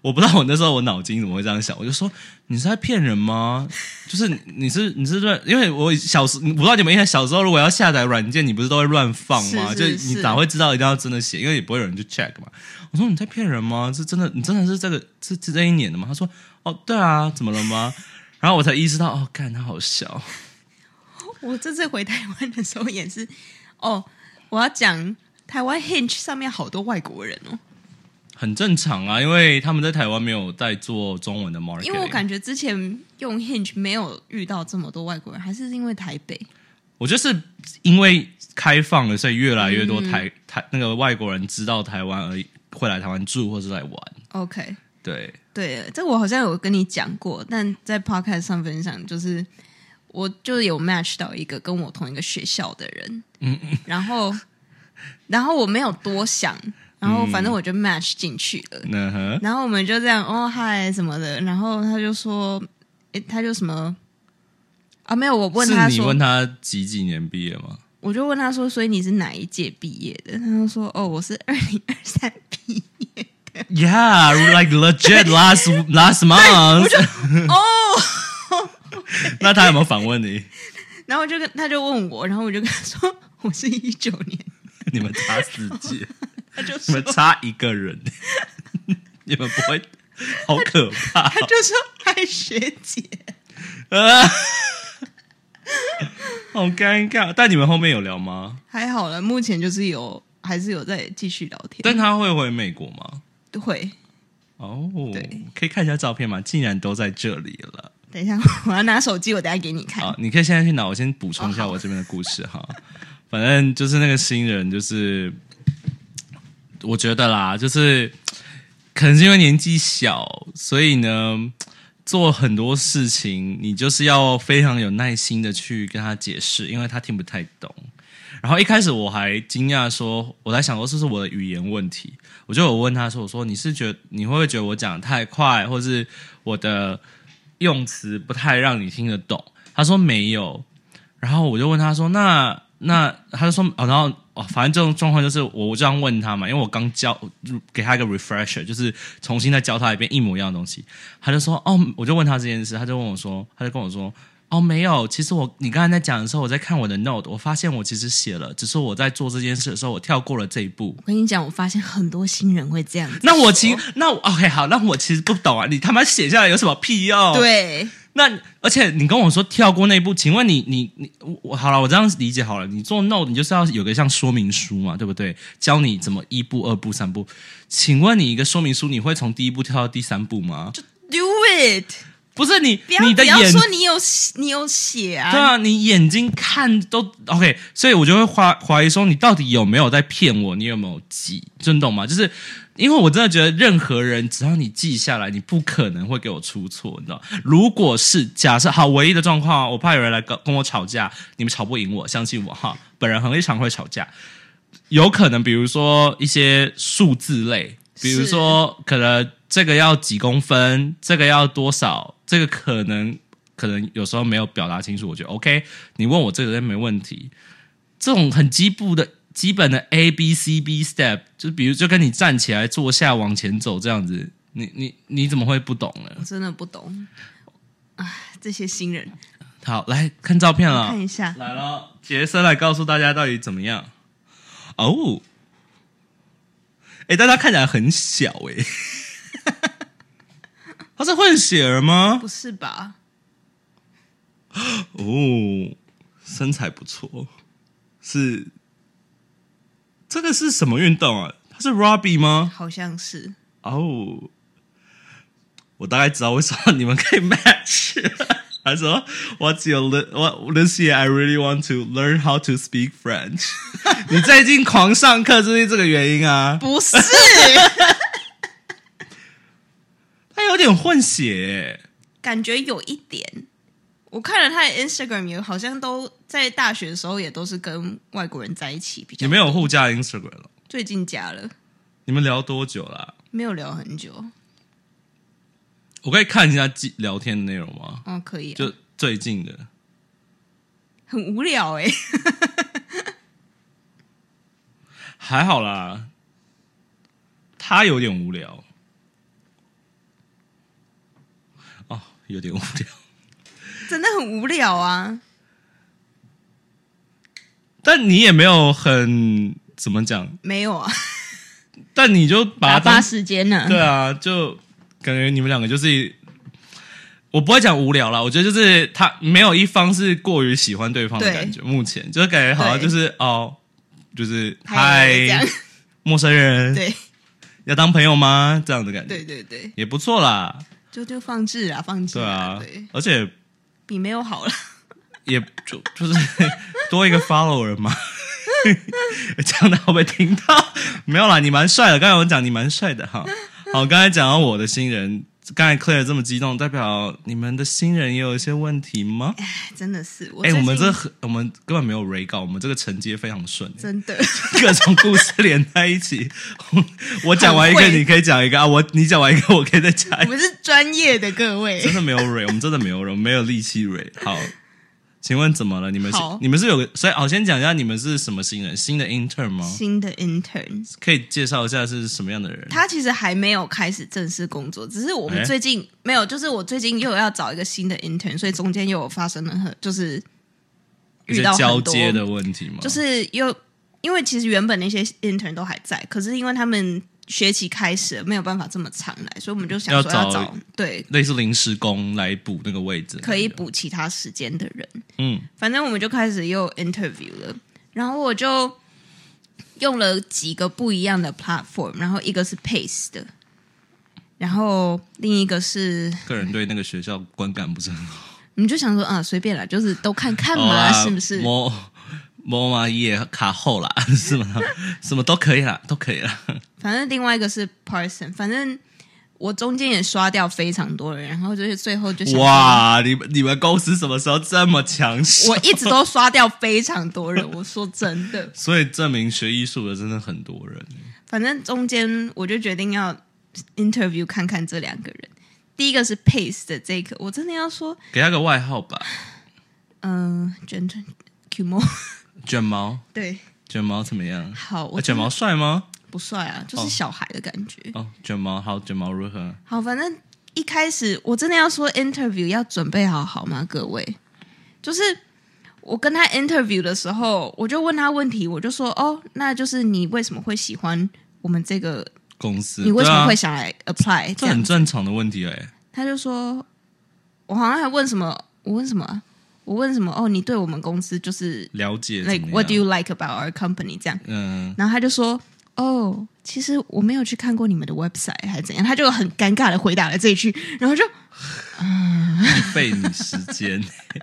Speaker 1: 我不知道我那时候我脑筋怎么会这样想，我就说你是在骗人吗？就是你你是你是乱，因为我小时我不知道你们印象，小时候如果要下载软件，你不是都会乱放吗？
Speaker 2: 是
Speaker 1: 就
Speaker 2: 是
Speaker 1: 是你哪会知道一定要真的写，因为也不会有人去 check 嘛。我说你在骗人吗？是真的，你真的是这个是是这一年的吗？他说哦对啊，怎么了吗？然后我才意识到哦，干他好笑，
Speaker 2: 我这次回台湾的时候也是，哦，我要讲台湾 Hinge 上面好多外国人哦，
Speaker 1: 很正常啊，因为他们在台湾没有在做中文的 marketing，
Speaker 2: 因为我感觉之前用 Hinge 没有遇到这么多外国人，还是因为台北。
Speaker 1: 我就是因为开放了，所以越来越多
Speaker 2: 嗯
Speaker 1: 台、台那个外国人知道台湾而会来台湾住或是来玩。
Speaker 2: OK，
Speaker 1: 对，
Speaker 2: 对，这我好像有跟你讲过，但在 podcast 上分享，就是我就有 match 到一个跟
Speaker 1: 嗯
Speaker 2: 我同一个学校的人，嗯，然后然后我没有多想，然后反正我就 match 进去了，
Speaker 1: 嗯哼，
Speaker 2: 然后我们就这样哦嗨什么的，然后他就说，诶，他就什么啊没有，我问他
Speaker 1: 是你
Speaker 2: 说，
Speaker 1: 问他几几年毕业吗？
Speaker 2: 我就问他说，所以你是哪一届毕业的？他就说，哦，我是二零二 三毕业。
Speaker 1: Yeah, like legit last last month
Speaker 2: 哦，
Speaker 1: 那他有没有反问你？
Speaker 2: 然后我就跟他就问我，然后我就跟他说，我是一九年，
Speaker 1: 你们差世 界，
Speaker 2: 他就
Speaker 1: 你
Speaker 2: 说
Speaker 1: 们。差一个人， 你们不会，好可怕
Speaker 2: 他就说：“嗨，学姐。
Speaker 1: 啊！好尴尬。但你们后面有聊吗？”
Speaker 2: 还好了，目前就是有，还是有在继续聊天。
Speaker 1: 但他会回美国吗？
Speaker 2: 会，
Speaker 1: 哦、
Speaker 2: 对
Speaker 1: 可以看一下照片吗？竟然都在这里了。
Speaker 2: 等一下， 我要拿手机，我等一下给你看。
Speaker 1: 好，你可以现在去拿，我先补充一下我这边的故事哈。反正就是那个新人，就是我觉得啦，就是可能是因为年纪小，所以呢，做很多事情你就是要非常有耐心的去跟他解释，因为他听不太懂。然后一开始我还惊讶说，我在想说是不是我的语言问题，我就有问他说，我说你是觉得你会不会觉得我讲得太快，或是我的用词不太让你听得懂？他说没有，然后我就问他说那那他就说哦，然后哦，反正这种状况就是我这样问他嘛，因为我刚教给他一个 refresher，就是重新再教他一遍一模一样的东西，他就说哦，我就问他这件事，他就问我说，他就跟我说。哦，没有。其实我你刚才在讲的时候，我在看我的 note，我发现我其实写了，只是我在做这件事的时候，我跳过了这一步。
Speaker 2: 我跟你讲，我发现很多新人会这样子说。
Speaker 1: 那我其那我 OK 好，那我其实不懂啊，你他妈写下来有什么屁用？，
Speaker 2: 对
Speaker 1: 那而且你跟我说跳过那一步，请问你你你我我好了，我这样理解好了，你做 note 你就是要有个像说明书嘛，对不对？教你怎么一步、二步、三步。请问你一个说明书，你会从第一步跳到第三步吗？
Speaker 2: ，do it！
Speaker 1: 不是你
Speaker 2: 不要
Speaker 1: 你
Speaker 2: 不
Speaker 1: 的
Speaker 2: 要
Speaker 1: 眼
Speaker 2: 说你有你有写啊，
Speaker 1: 对啊，你眼睛看都 OK，所以我就会怀怀疑说你到底有没有在骗我，你有没有记，真的懂吗？就是因为我真的觉得任何人只要你记下来，你不可能会给我出错，你知道？如果是假设好，唯一的状况啊，我怕有人来跟跟我吵架，你们吵不赢我，相信我哈，本人很常会吵架，有可能比如说一些数字类，比如
Speaker 2: 是
Speaker 1: 说可能这个要几公分，这个要多少，这个可能可能有时候没有表达清楚，我觉得 OK，你问我这个没问题。这种很基步的基本的 A B C B step，就比如就跟你站起来、坐下、往前走这样子，你你你怎么会不懂呢
Speaker 2: 我？真的不懂。哎，这些新人，
Speaker 1: 好，来看照片了
Speaker 2: 看，一下，
Speaker 1: 来了，杰森来告诉大家到底怎么样。哦，哎，但他看起来很小哎、 他是混血儿吗？
Speaker 2: 不是吧？
Speaker 1: 哦，身材不错，是这个是什么运动啊？他是 Robbie 吗？
Speaker 2: 好像是。
Speaker 1: 哦，我大概知道为什么你们可以 match 了。他说，What's your li- what this year? I really want to learn how to speak French 。 你最近狂上课，就是这个原因啊。
Speaker 2: 不 是，
Speaker 1: 他有点混血、欸
Speaker 2: 感觉有一点。我看了他的 Instagram，也好像都在大学的时候也都是跟外国人在一起比较。
Speaker 1: 你们有互加 Instagram 了？
Speaker 2: 最近加了，
Speaker 1: 你们聊多久啦、
Speaker 2: 没有聊很久。
Speaker 1: 我可以看一下记聊天的内容吗？
Speaker 2: 哦，可以、啊，
Speaker 1: 就最近的。
Speaker 2: 很无聊哎、
Speaker 1: 还好啦，他有点无聊。哦，有点无聊。
Speaker 2: 真的很无聊啊。
Speaker 1: 但你也没有很怎么讲，
Speaker 2: 没有啊，
Speaker 1: 但你就把它
Speaker 2: 打
Speaker 1: 当
Speaker 2: 发时间呢、
Speaker 1: 对啊，就感觉你们两个就是，我不会讲无聊啦，我觉得就是他没有一方是过于喜欢对方的
Speaker 2: 对
Speaker 1: 感觉，目前就是感觉好像
Speaker 2: 对
Speaker 1: 就是哦，就是
Speaker 2: 嗨这样
Speaker 1: 嗨，陌生人
Speaker 2: 对
Speaker 1: 要当朋友吗？这样的感觉
Speaker 2: 对对对，
Speaker 1: 也不错啦，
Speaker 2: 就就放置啊，放置
Speaker 1: 对啊
Speaker 2: 对，，
Speaker 1: 而且
Speaker 2: 比没有好了。
Speaker 1: 也就就是 多一个 follower 嘛。这样他会不会听到？没有啦，你蛮帅的。刚才我讲你蛮帅的哈。好，刚才讲到我的新人刚才 Claire 这么激动，代表你们的新人也有一些问题吗？
Speaker 2: 真的是我
Speaker 1: 哎、
Speaker 2: 最近
Speaker 1: 我们这很我们根本没有 re 稿，我们这个承接非常顺、
Speaker 2: 真的
Speaker 1: 各种故事连在一起。 我讲完一个，
Speaker 2: 很会
Speaker 1: 你可以讲一个啊；我你讲完一个，我可以再讲一个。
Speaker 2: 我们是专业的各位
Speaker 1: 真，的没有蕊， 我们真的没有蕊，我们没有力气蕊。好，请问怎么了？你们是
Speaker 2: 好
Speaker 1: 你们是有个，所以好，先讲一下你们是什么新人，新的 intern 吗？
Speaker 2: 新的 intern，
Speaker 1: 可以介绍一下是什么样的人？
Speaker 2: 他其实还没有开始正式工作，只是我
Speaker 1: 哎
Speaker 2: 们最近、没有，就是我最近又要找一个新的 intern，所以中间又有发生了很就是
Speaker 1: 一些
Speaker 2: 遇到很
Speaker 1: 交
Speaker 2: 多
Speaker 1: 接的问题吗？
Speaker 2: 就是又因为其实原本那些 intern 都还在，可是因为他们学期开始了没有办法这么长来，所以我们就想说
Speaker 1: 要
Speaker 2: 要
Speaker 1: 找
Speaker 2: 找对
Speaker 1: 类似临时工来补那个位置，
Speaker 2: 可以。补其他时间的人。
Speaker 1: 嗯，
Speaker 2: 反正我们就开始又 interview 了，然后我就用了几个不一样的 platform，然后一个是 Pace 的，然后另一个是，
Speaker 1: 个人对那个学校观感不是很好。
Speaker 2: 你们就想说啊，随便啦，就是都看看
Speaker 1: 哦
Speaker 2: 嘛，
Speaker 1: 啊
Speaker 2: 是不是？
Speaker 1: 摸摸嘛也卡后啦， 是吗？什么都可以啦，都可以啦。
Speaker 2: 反正另外一个是 Parson，反正我中间也刷掉非常多人，然后就是最后就想说，
Speaker 1: 哇，你们你们公司什么时候这么强势？
Speaker 2: 我一直都刷掉非常多人，我说真的。
Speaker 1: 所以证明学艺术的真的很多人。
Speaker 2: 反正中间我就决定要 interview 看看这两个人。第一个是 Pace 的这个，我真的要说，
Speaker 1: 给他个外号吧，
Speaker 2: 嗯、卷卷 Q 猫，
Speaker 1: 卷毛，
Speaker 2: 对，
Speaker 1: 卷毛怎么样？
Speaker 2: 好，
Speaker 1: 啊
Speaker 2: 我
Speaker 1: 卷毛帅吗？
Speaker 2: 不帅啊，就是小孩的感觉。
Speaker 1: 哦，卷毛好，卷毛如何？
Speaker 2: 好，反正一开始我真的要说 interview 要准备好好吗，各位？就是我跟他 interview 的时候，我就问他问题，我就说，哦，那就是你为什么会喜欢我们这个？
Speaker 1: 公司
Speaker 2: 你为什么会
Speaker 1: 对啊
Speaker 2: 想来 apply？
Speaker 1: 这
Speaker 2: 这样
Speaker 1: 很正常的问题哎、
Speaker 2: 他就说，我好像还问什么，我问什么啊，我问什么？哦，你对我们公司就是
Speaker 1: 了解怎
Speaker 2: like
Speaker 1: 么样
Speaker 2: what do you like about our company 这样，
Speaker 1: 嗯，
Speaker 2: 然后他就说。哦，其实我没有去看过你们的 website 还是怎样，他就很尴尬的回答了这一句，然后就
Speaker 1: 浪费你时间，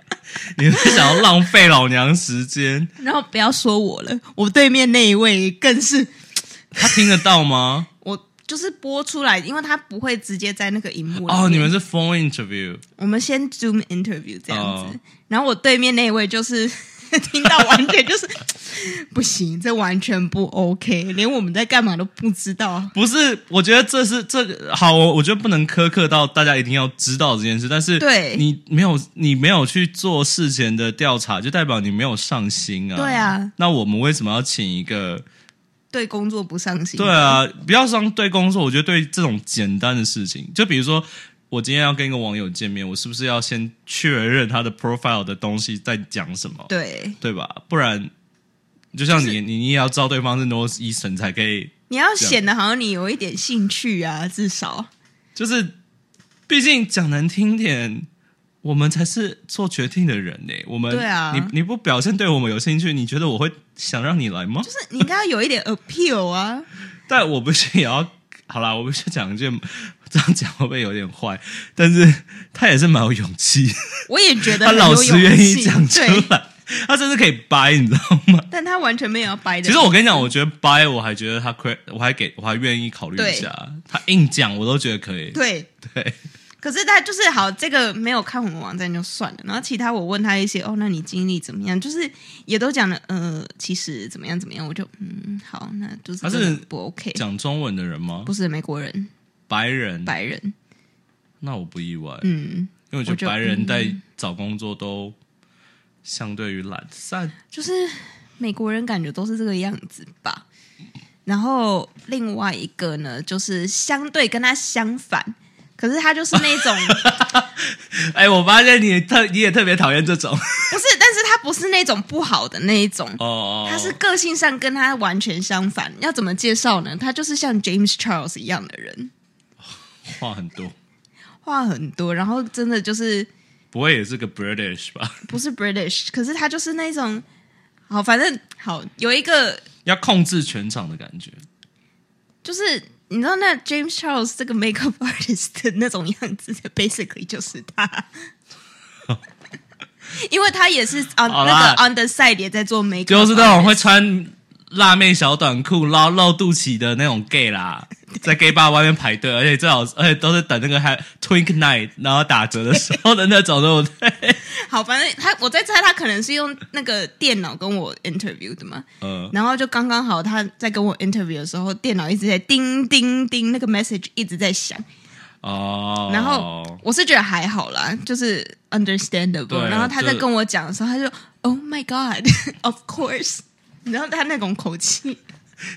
Speaker 1: 你会想要浪费老娘时间？
Speaker 2: 然后不要说我了，我对面那一位更是
Speaker 1: 他听得到吗？
Speaker 2: 我，就是播出来，因为他不会直接在那个荧幕里面
Speaker 1: 哦，你们是 phone interview，
Speaker 2: 我们先 Zoom interview 这样子，
Speaker 1: 哦
Speaker 2: 然后我对面那一位就是 听到完全就是 不行，这完全不 OK，连我们在干嘛都不知道。
Speaker 1: 不是？我觉得这是这个好，我我觉得不能苛刻到大家一定要知道这件事，但是
Speaker 2: 对
Speaker 1: 你没有你没有去做事前的调查，就代表你没有上心啊。
Speaker 2: 对啊，
Speaker 1: 那我们为什么要请一个？
Speaker 2: 对工作不上心，
Speaker 1: 对啊，不要伤对工作，我觉得对这种简单的事情，就比如说。我今天要跟一个网友见面，我是不是要先确认他的 profile 的东西在讲什么？
Speaker 2: 对，
Speaker 1: 对吧？不然，就像你， 你你也要知道对方是 North Eastern 才可以，
Speaker 2: 你要显得好像你有一点兴趣啊，至少
Speaker 1: 就是，毕竟讲难听点，我们才是做决定的人呢、我们，
Speaker 2: 对啊
Speaker 1: 你你不表现对我们有兴趣，你觉得我会想让你来吗？
Speaker 2: 就是你应该要有一点 appeal 啊。
Speaker 1: 但我不是也要，好啦，我不是讲一句，这样讲会不会有点坏？但是他也是蛮有勇气，
Speaker 2: 我也觉得
Speaker 1: 他
Speaker 2: 很有
Speaker 1: 老实
Speaker 2: 勇
Speaker 1: 愿意
Speaker 2: 气
Speaker 1: 讲出
Speaker 2: 对，
Speaker 1: 来，他甚至可以掰，你知道吗？
Speaker 2: 但他完全没有要掰的。
Speaker 1: 其实我跟你讲，我觉得掰，我还觉得他 cre，我还给我还愿意考虑一下。他硬讲，我都觉得可以。
Speaker 2: 对
Speaker 1: 对。
Speaker 2: 可是他就是好，这个没有看我们网站就算了。然后其他我问他一些，哦，那你经历怎么样？就是也都讲了，呃，其实怎么样怎么样，我就嗯，好，那就是
Speaker 1: 他是
Speaker 2: 真的不 OK，
Speaker 1: 讲中文的人吗？
Speaker 2: 不是美国人，
Speaker 1: 白人，
Speaker 2: 白人，
Speaker 1: 那我不意外，
Speaker 2: 嗯，
Speaker 1: 因为我觉得
Speaker 2: 我就
Speaker 1: 白人在找工作都相对于懒散。
Speaker 2: 就是美国人感觉都是这个样子吧。然后另外一个呢，就是相对跟他相反，可是他就是那 种
Speaker 1: 哎，我发现你特你也特别讨厌这种
Speaker 2: 不是，但是他不是那种不好的那一种，
Speaker 1: 哦哦，
Speaker 2: 他是个性上跟他完全相反，要怎么介绍呢？他就是像 James Charles 一样的人，
Speaker 1: 话很多，
Speaker 2: 话很多，然后真的就是
Speaker 1: 不会也是个 British 吧？
Speaker 2: 不是 British，可是他就是那种，好，反正好有一个
Speaker 1: 要控制全场的感觉。
Speaker 2: 就是你知道那 James Charles 这个 makeup artist 的那种样子，basically 就是 他。因为他也是 on
Speaker 1: 好
Speaker 2: 那
Speaker 1: 啦
Speaker 2: 个 on the side 也在做 makeup，
Speaker 1: 就是那种
Speaker 2: artist
Speaker 1: 会穿辣妹小短裤、露露肚脐的那种 gay 啦，在 gay bar 外面排队，而且最好而且都是等那个还 twink night 然后打折的时候的那种，对不对？
Speaker 2: 好，反正他我在猜他可能是用那个电脑跟我 interview 的嘛，
Speaker 1: 嗯，
Speaker 2: 然后就刚刚好他在跟我 interview 的时候，电脑一直在叮叮叮，那个 message 一直在响，
Speaker 1: 哦，
Speaker 2: 然后我是觉得还好啦，就是 understandable。
Speaker 1: 对
Speaker 2: 然后他在
Speaker 1: 就
Speaker 2: 跟我讲的时候，他就 Oh my God, of course。你知道他那种口气，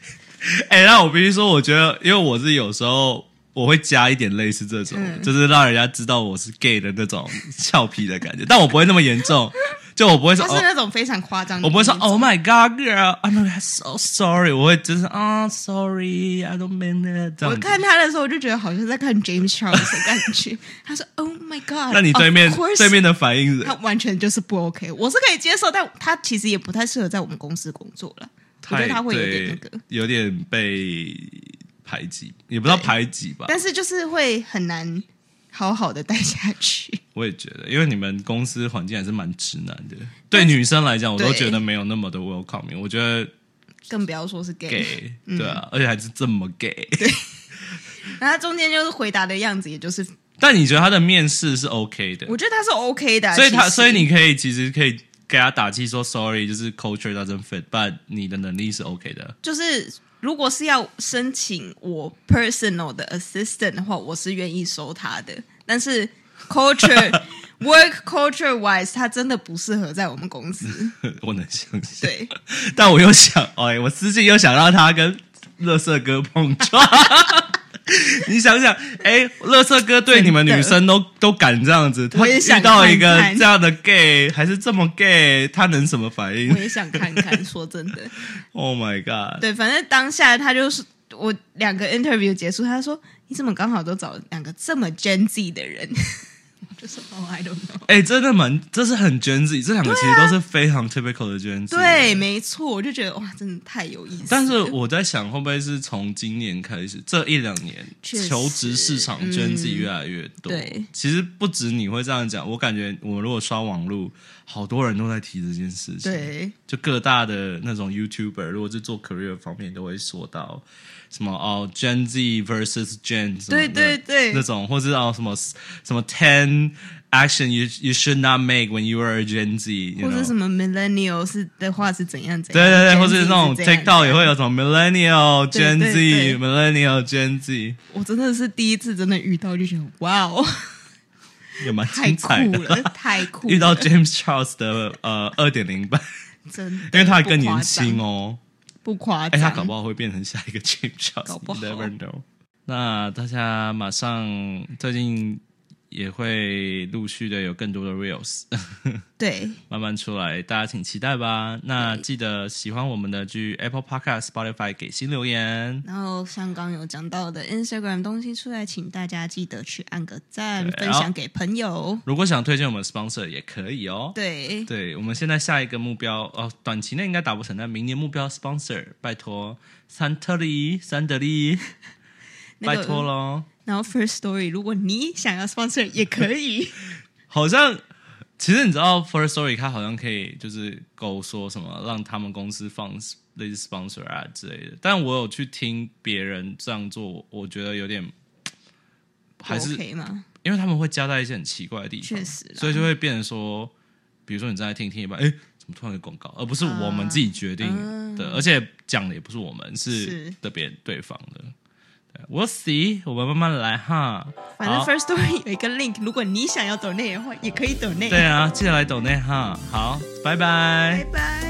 Speaker 1: 哎、那我必须说，我觉得，因为我是有时候我会加一点类似这种，
Speaker 2: 嗯
Speaker 1: 就是让人家知道我是 gay 的那种俏皮的感觉，但我不会那么严重，就我不会说
Speaker 2: 他是
Speaker 1: 哦，
Speaker 2: 嗯那种非常夸张的
Speaker 1: 我
Speaker 2: 那种。
Speaker 1: 不会说 Oh my God, girl, I'm so sorry，我会就是啊、sorry, I don't mean it 这
Speaker 2: 我
Speaker 1: 样子。
Speaker 2: 看他的时候，我就觉得好像在看 James Charles 的感觉。 他说 Oh my God。
Speaker 1: 那你对面
Speaker 2: of course
Speaker 1: 对面的反应是
Speaker 2: 他完全就是不 OK，我是可以接受，但他其实也不太适合在我们公司工作了。我觉
Speaker 1: 太
Speaker 2: 得他会有点那
Speaker 1: 对
Speaker 2: 个，
Speaker 1: 有点被排挤，也不知道排挤吧。
Speaker 2: 但是就是会很难好好的待下去。
Speaker 1: 我也觉得，因为你们公司环境还是蛮直男的。对女生来讲，我都
Speaker 2: 对
Speaker 1: 觉得没有那么的 welcoming。我觉得
Speaker 2: 更不要说是 gay，,
Speaker 1: gay，对
Speaker 2: 嗯
Speaker 1: 啊，而且还是这么 gay。
Speaker 2: 然后他中间就是回答的样子，也就是
Speaker 1: 但你觉得他的面试是 OK 的
Speaker 2: 我，觉得他是 OK 的啊，
Speaker 1: 所以他
Speaker 2: 其实
Speaker 1: 所以你可以其实可以给他打气说 sorry，就是 culture doesn't fit，but 你的能力是 OK 的。
Speaker 2: 就是如果是要申请我 personal 的 assistant 的话，我是愿意收他的，但是 culture work culture wise，他真的不适合在我们公司。
Speaker 1: 我能相信，
Speaker 2: 对，
Speaker 1: 但我又想， 哎，我私信又想让他跟乐色哥碰撞。 你想想，哎，乐色哥对你们
Speaker 2: 真的
Speaker 1: 女生都都敢这样子，他
Speaker 2: 我也想
Speaker 1: 遇到一个
Speaker 2: 看看
Speaker 1: 这样的 gay，还是这么 gay，他能什么反
Speaker 2: 我
Speaker 1: 应
Speaker 2: 也想看看，说真的，
Speaker 1: ？Oh my god！
Speaker 2: 对，反正当下他就是。我两个 interview 结束，他说：“你怎么刚好都找两个这么 Gen Z 的人？” 我就说：“哦、i don't know。”
Speaker 1: 哎、真的蛮，这是很卷子，这两个其实都
Speaker 2: 啊
Speaker 1: 是非常 typical 的卷子。
Speaker 2: 对，没错，我就觉得哇，真的太有意思了。
Speaker 1: 但是我在想，会不会是从今年开始，这一两年
Speaker 2: 确实嗯
Speaker 1: 求职市场卷子越来越多？
Speaker 2: 对，
Speaker 1: 其实不止你会这样讲，我感觉我如果刷网络，好多人都在提这件事情。，
Speaker 2: 对，
Speaker 1: 就各大的那种 YouTuber，如果是做 career 方面，都会说到什么哦，Gen Z versus Gen，什么的
Speaker 2: 对对对
Speaker 1: 那种，或是哦什么什么 ten action you you should not make when you are a Gen Z，you
Speaker 2: 或者
Speaker 1: know
Speaker 2: 什么 millennial 是的话是怎样怎
Speaker 1: 对
Speaker 2: 样，
Speaker 1: 对对，
Speaker 2: Gen
Speaker 1: 或
Speaker 2: Z
Speaker 1: 是
Speaker 2: 是
Speaker 1: 那种
Speaker 2: 这样
Speaker 1: TikTok 也会有什么 millennial
Speaker 2: 对
Speaker 1: Gen
Speaker 2: 对
Speaker 1: Z
Speaker 2: 对
Speaker 1: millennial Gen Z，
Speaker 2: 我真的是第一次真的遇到，就觉得哇哦，
Speaker 1: 也蛮
Speaker 2: 太
Speaker 1: 精
Speaker 2: 酷
Speaker 1: 彩的。
Speaker 2: 了，太酷了！
Speaker 1: 遇到 James Charles 的呃二点零版，
Speaker 2: 真的，
Speaker 1: 因为他还更年轻哦，
Speaker 2: 不夸
Speaker 1: 哎，
Speaker 2: 张，不夸张。
Speaker 1: 他搞不好会变成下一个 James Charles，
Speaker 2: 搞不好
Speaker 1: you never know。那大家马上最近也会陆续的有更多的 reels
Speaker 2: 对
Speaker 1: 慢慢出来，大家请期待吧。那记得喜欢我们的去 Apple Podcast、Spotify 给新留言。
Speaker 2: 然后像刚有讲到的 Instagram 东西出来，请大家记得去按个赞，
Speaker 1: 对
Speaker 2: 分享给朋友。
Speaker 1: 如果想推荐我们 sponsor 也可以哦。
Speaker 2: 对，
Speaker 1: 对，我们现在下一个目标哦，短期内应该达不成，但明年目标 sponsor，拜托，三特利、三得利，
Speaker 2: 那个
Speaker 1: 拜托喽。
Speaker 2: 然后 First Story，如果你想要 sponsor 也可以，
Speaker 1: 好像其实你知道，First Story 它好像可以就是勾说什么，让他们公司放类似 sponsor 啊之类的。但我有去听别人这样做，我觉得有点 还是
Speaker 2: OK 吗？
Speaker 1: 因为他们会加在一些很奇怪的地方，
Speaker 2: 确实啦
Speaker 1: 所以就会变成说，比如说你正在听听一半，哎，怎么突然有广告？而啊不是我们自己决定的，而且讲的也不是我们，是
Speaker 2: 嗯是
Speaker 1: 的别对方的。对我 see，我们慢慢来哈。
Speaker 2: 反正
Speaker 1: 好
Speaker 2: First Story 有一个 link，如果你想要 donate 的话，也可以 donate。
Speaker 1: 对啊，记得来抖内哈。好，拜
Speaker 2: 拜拜。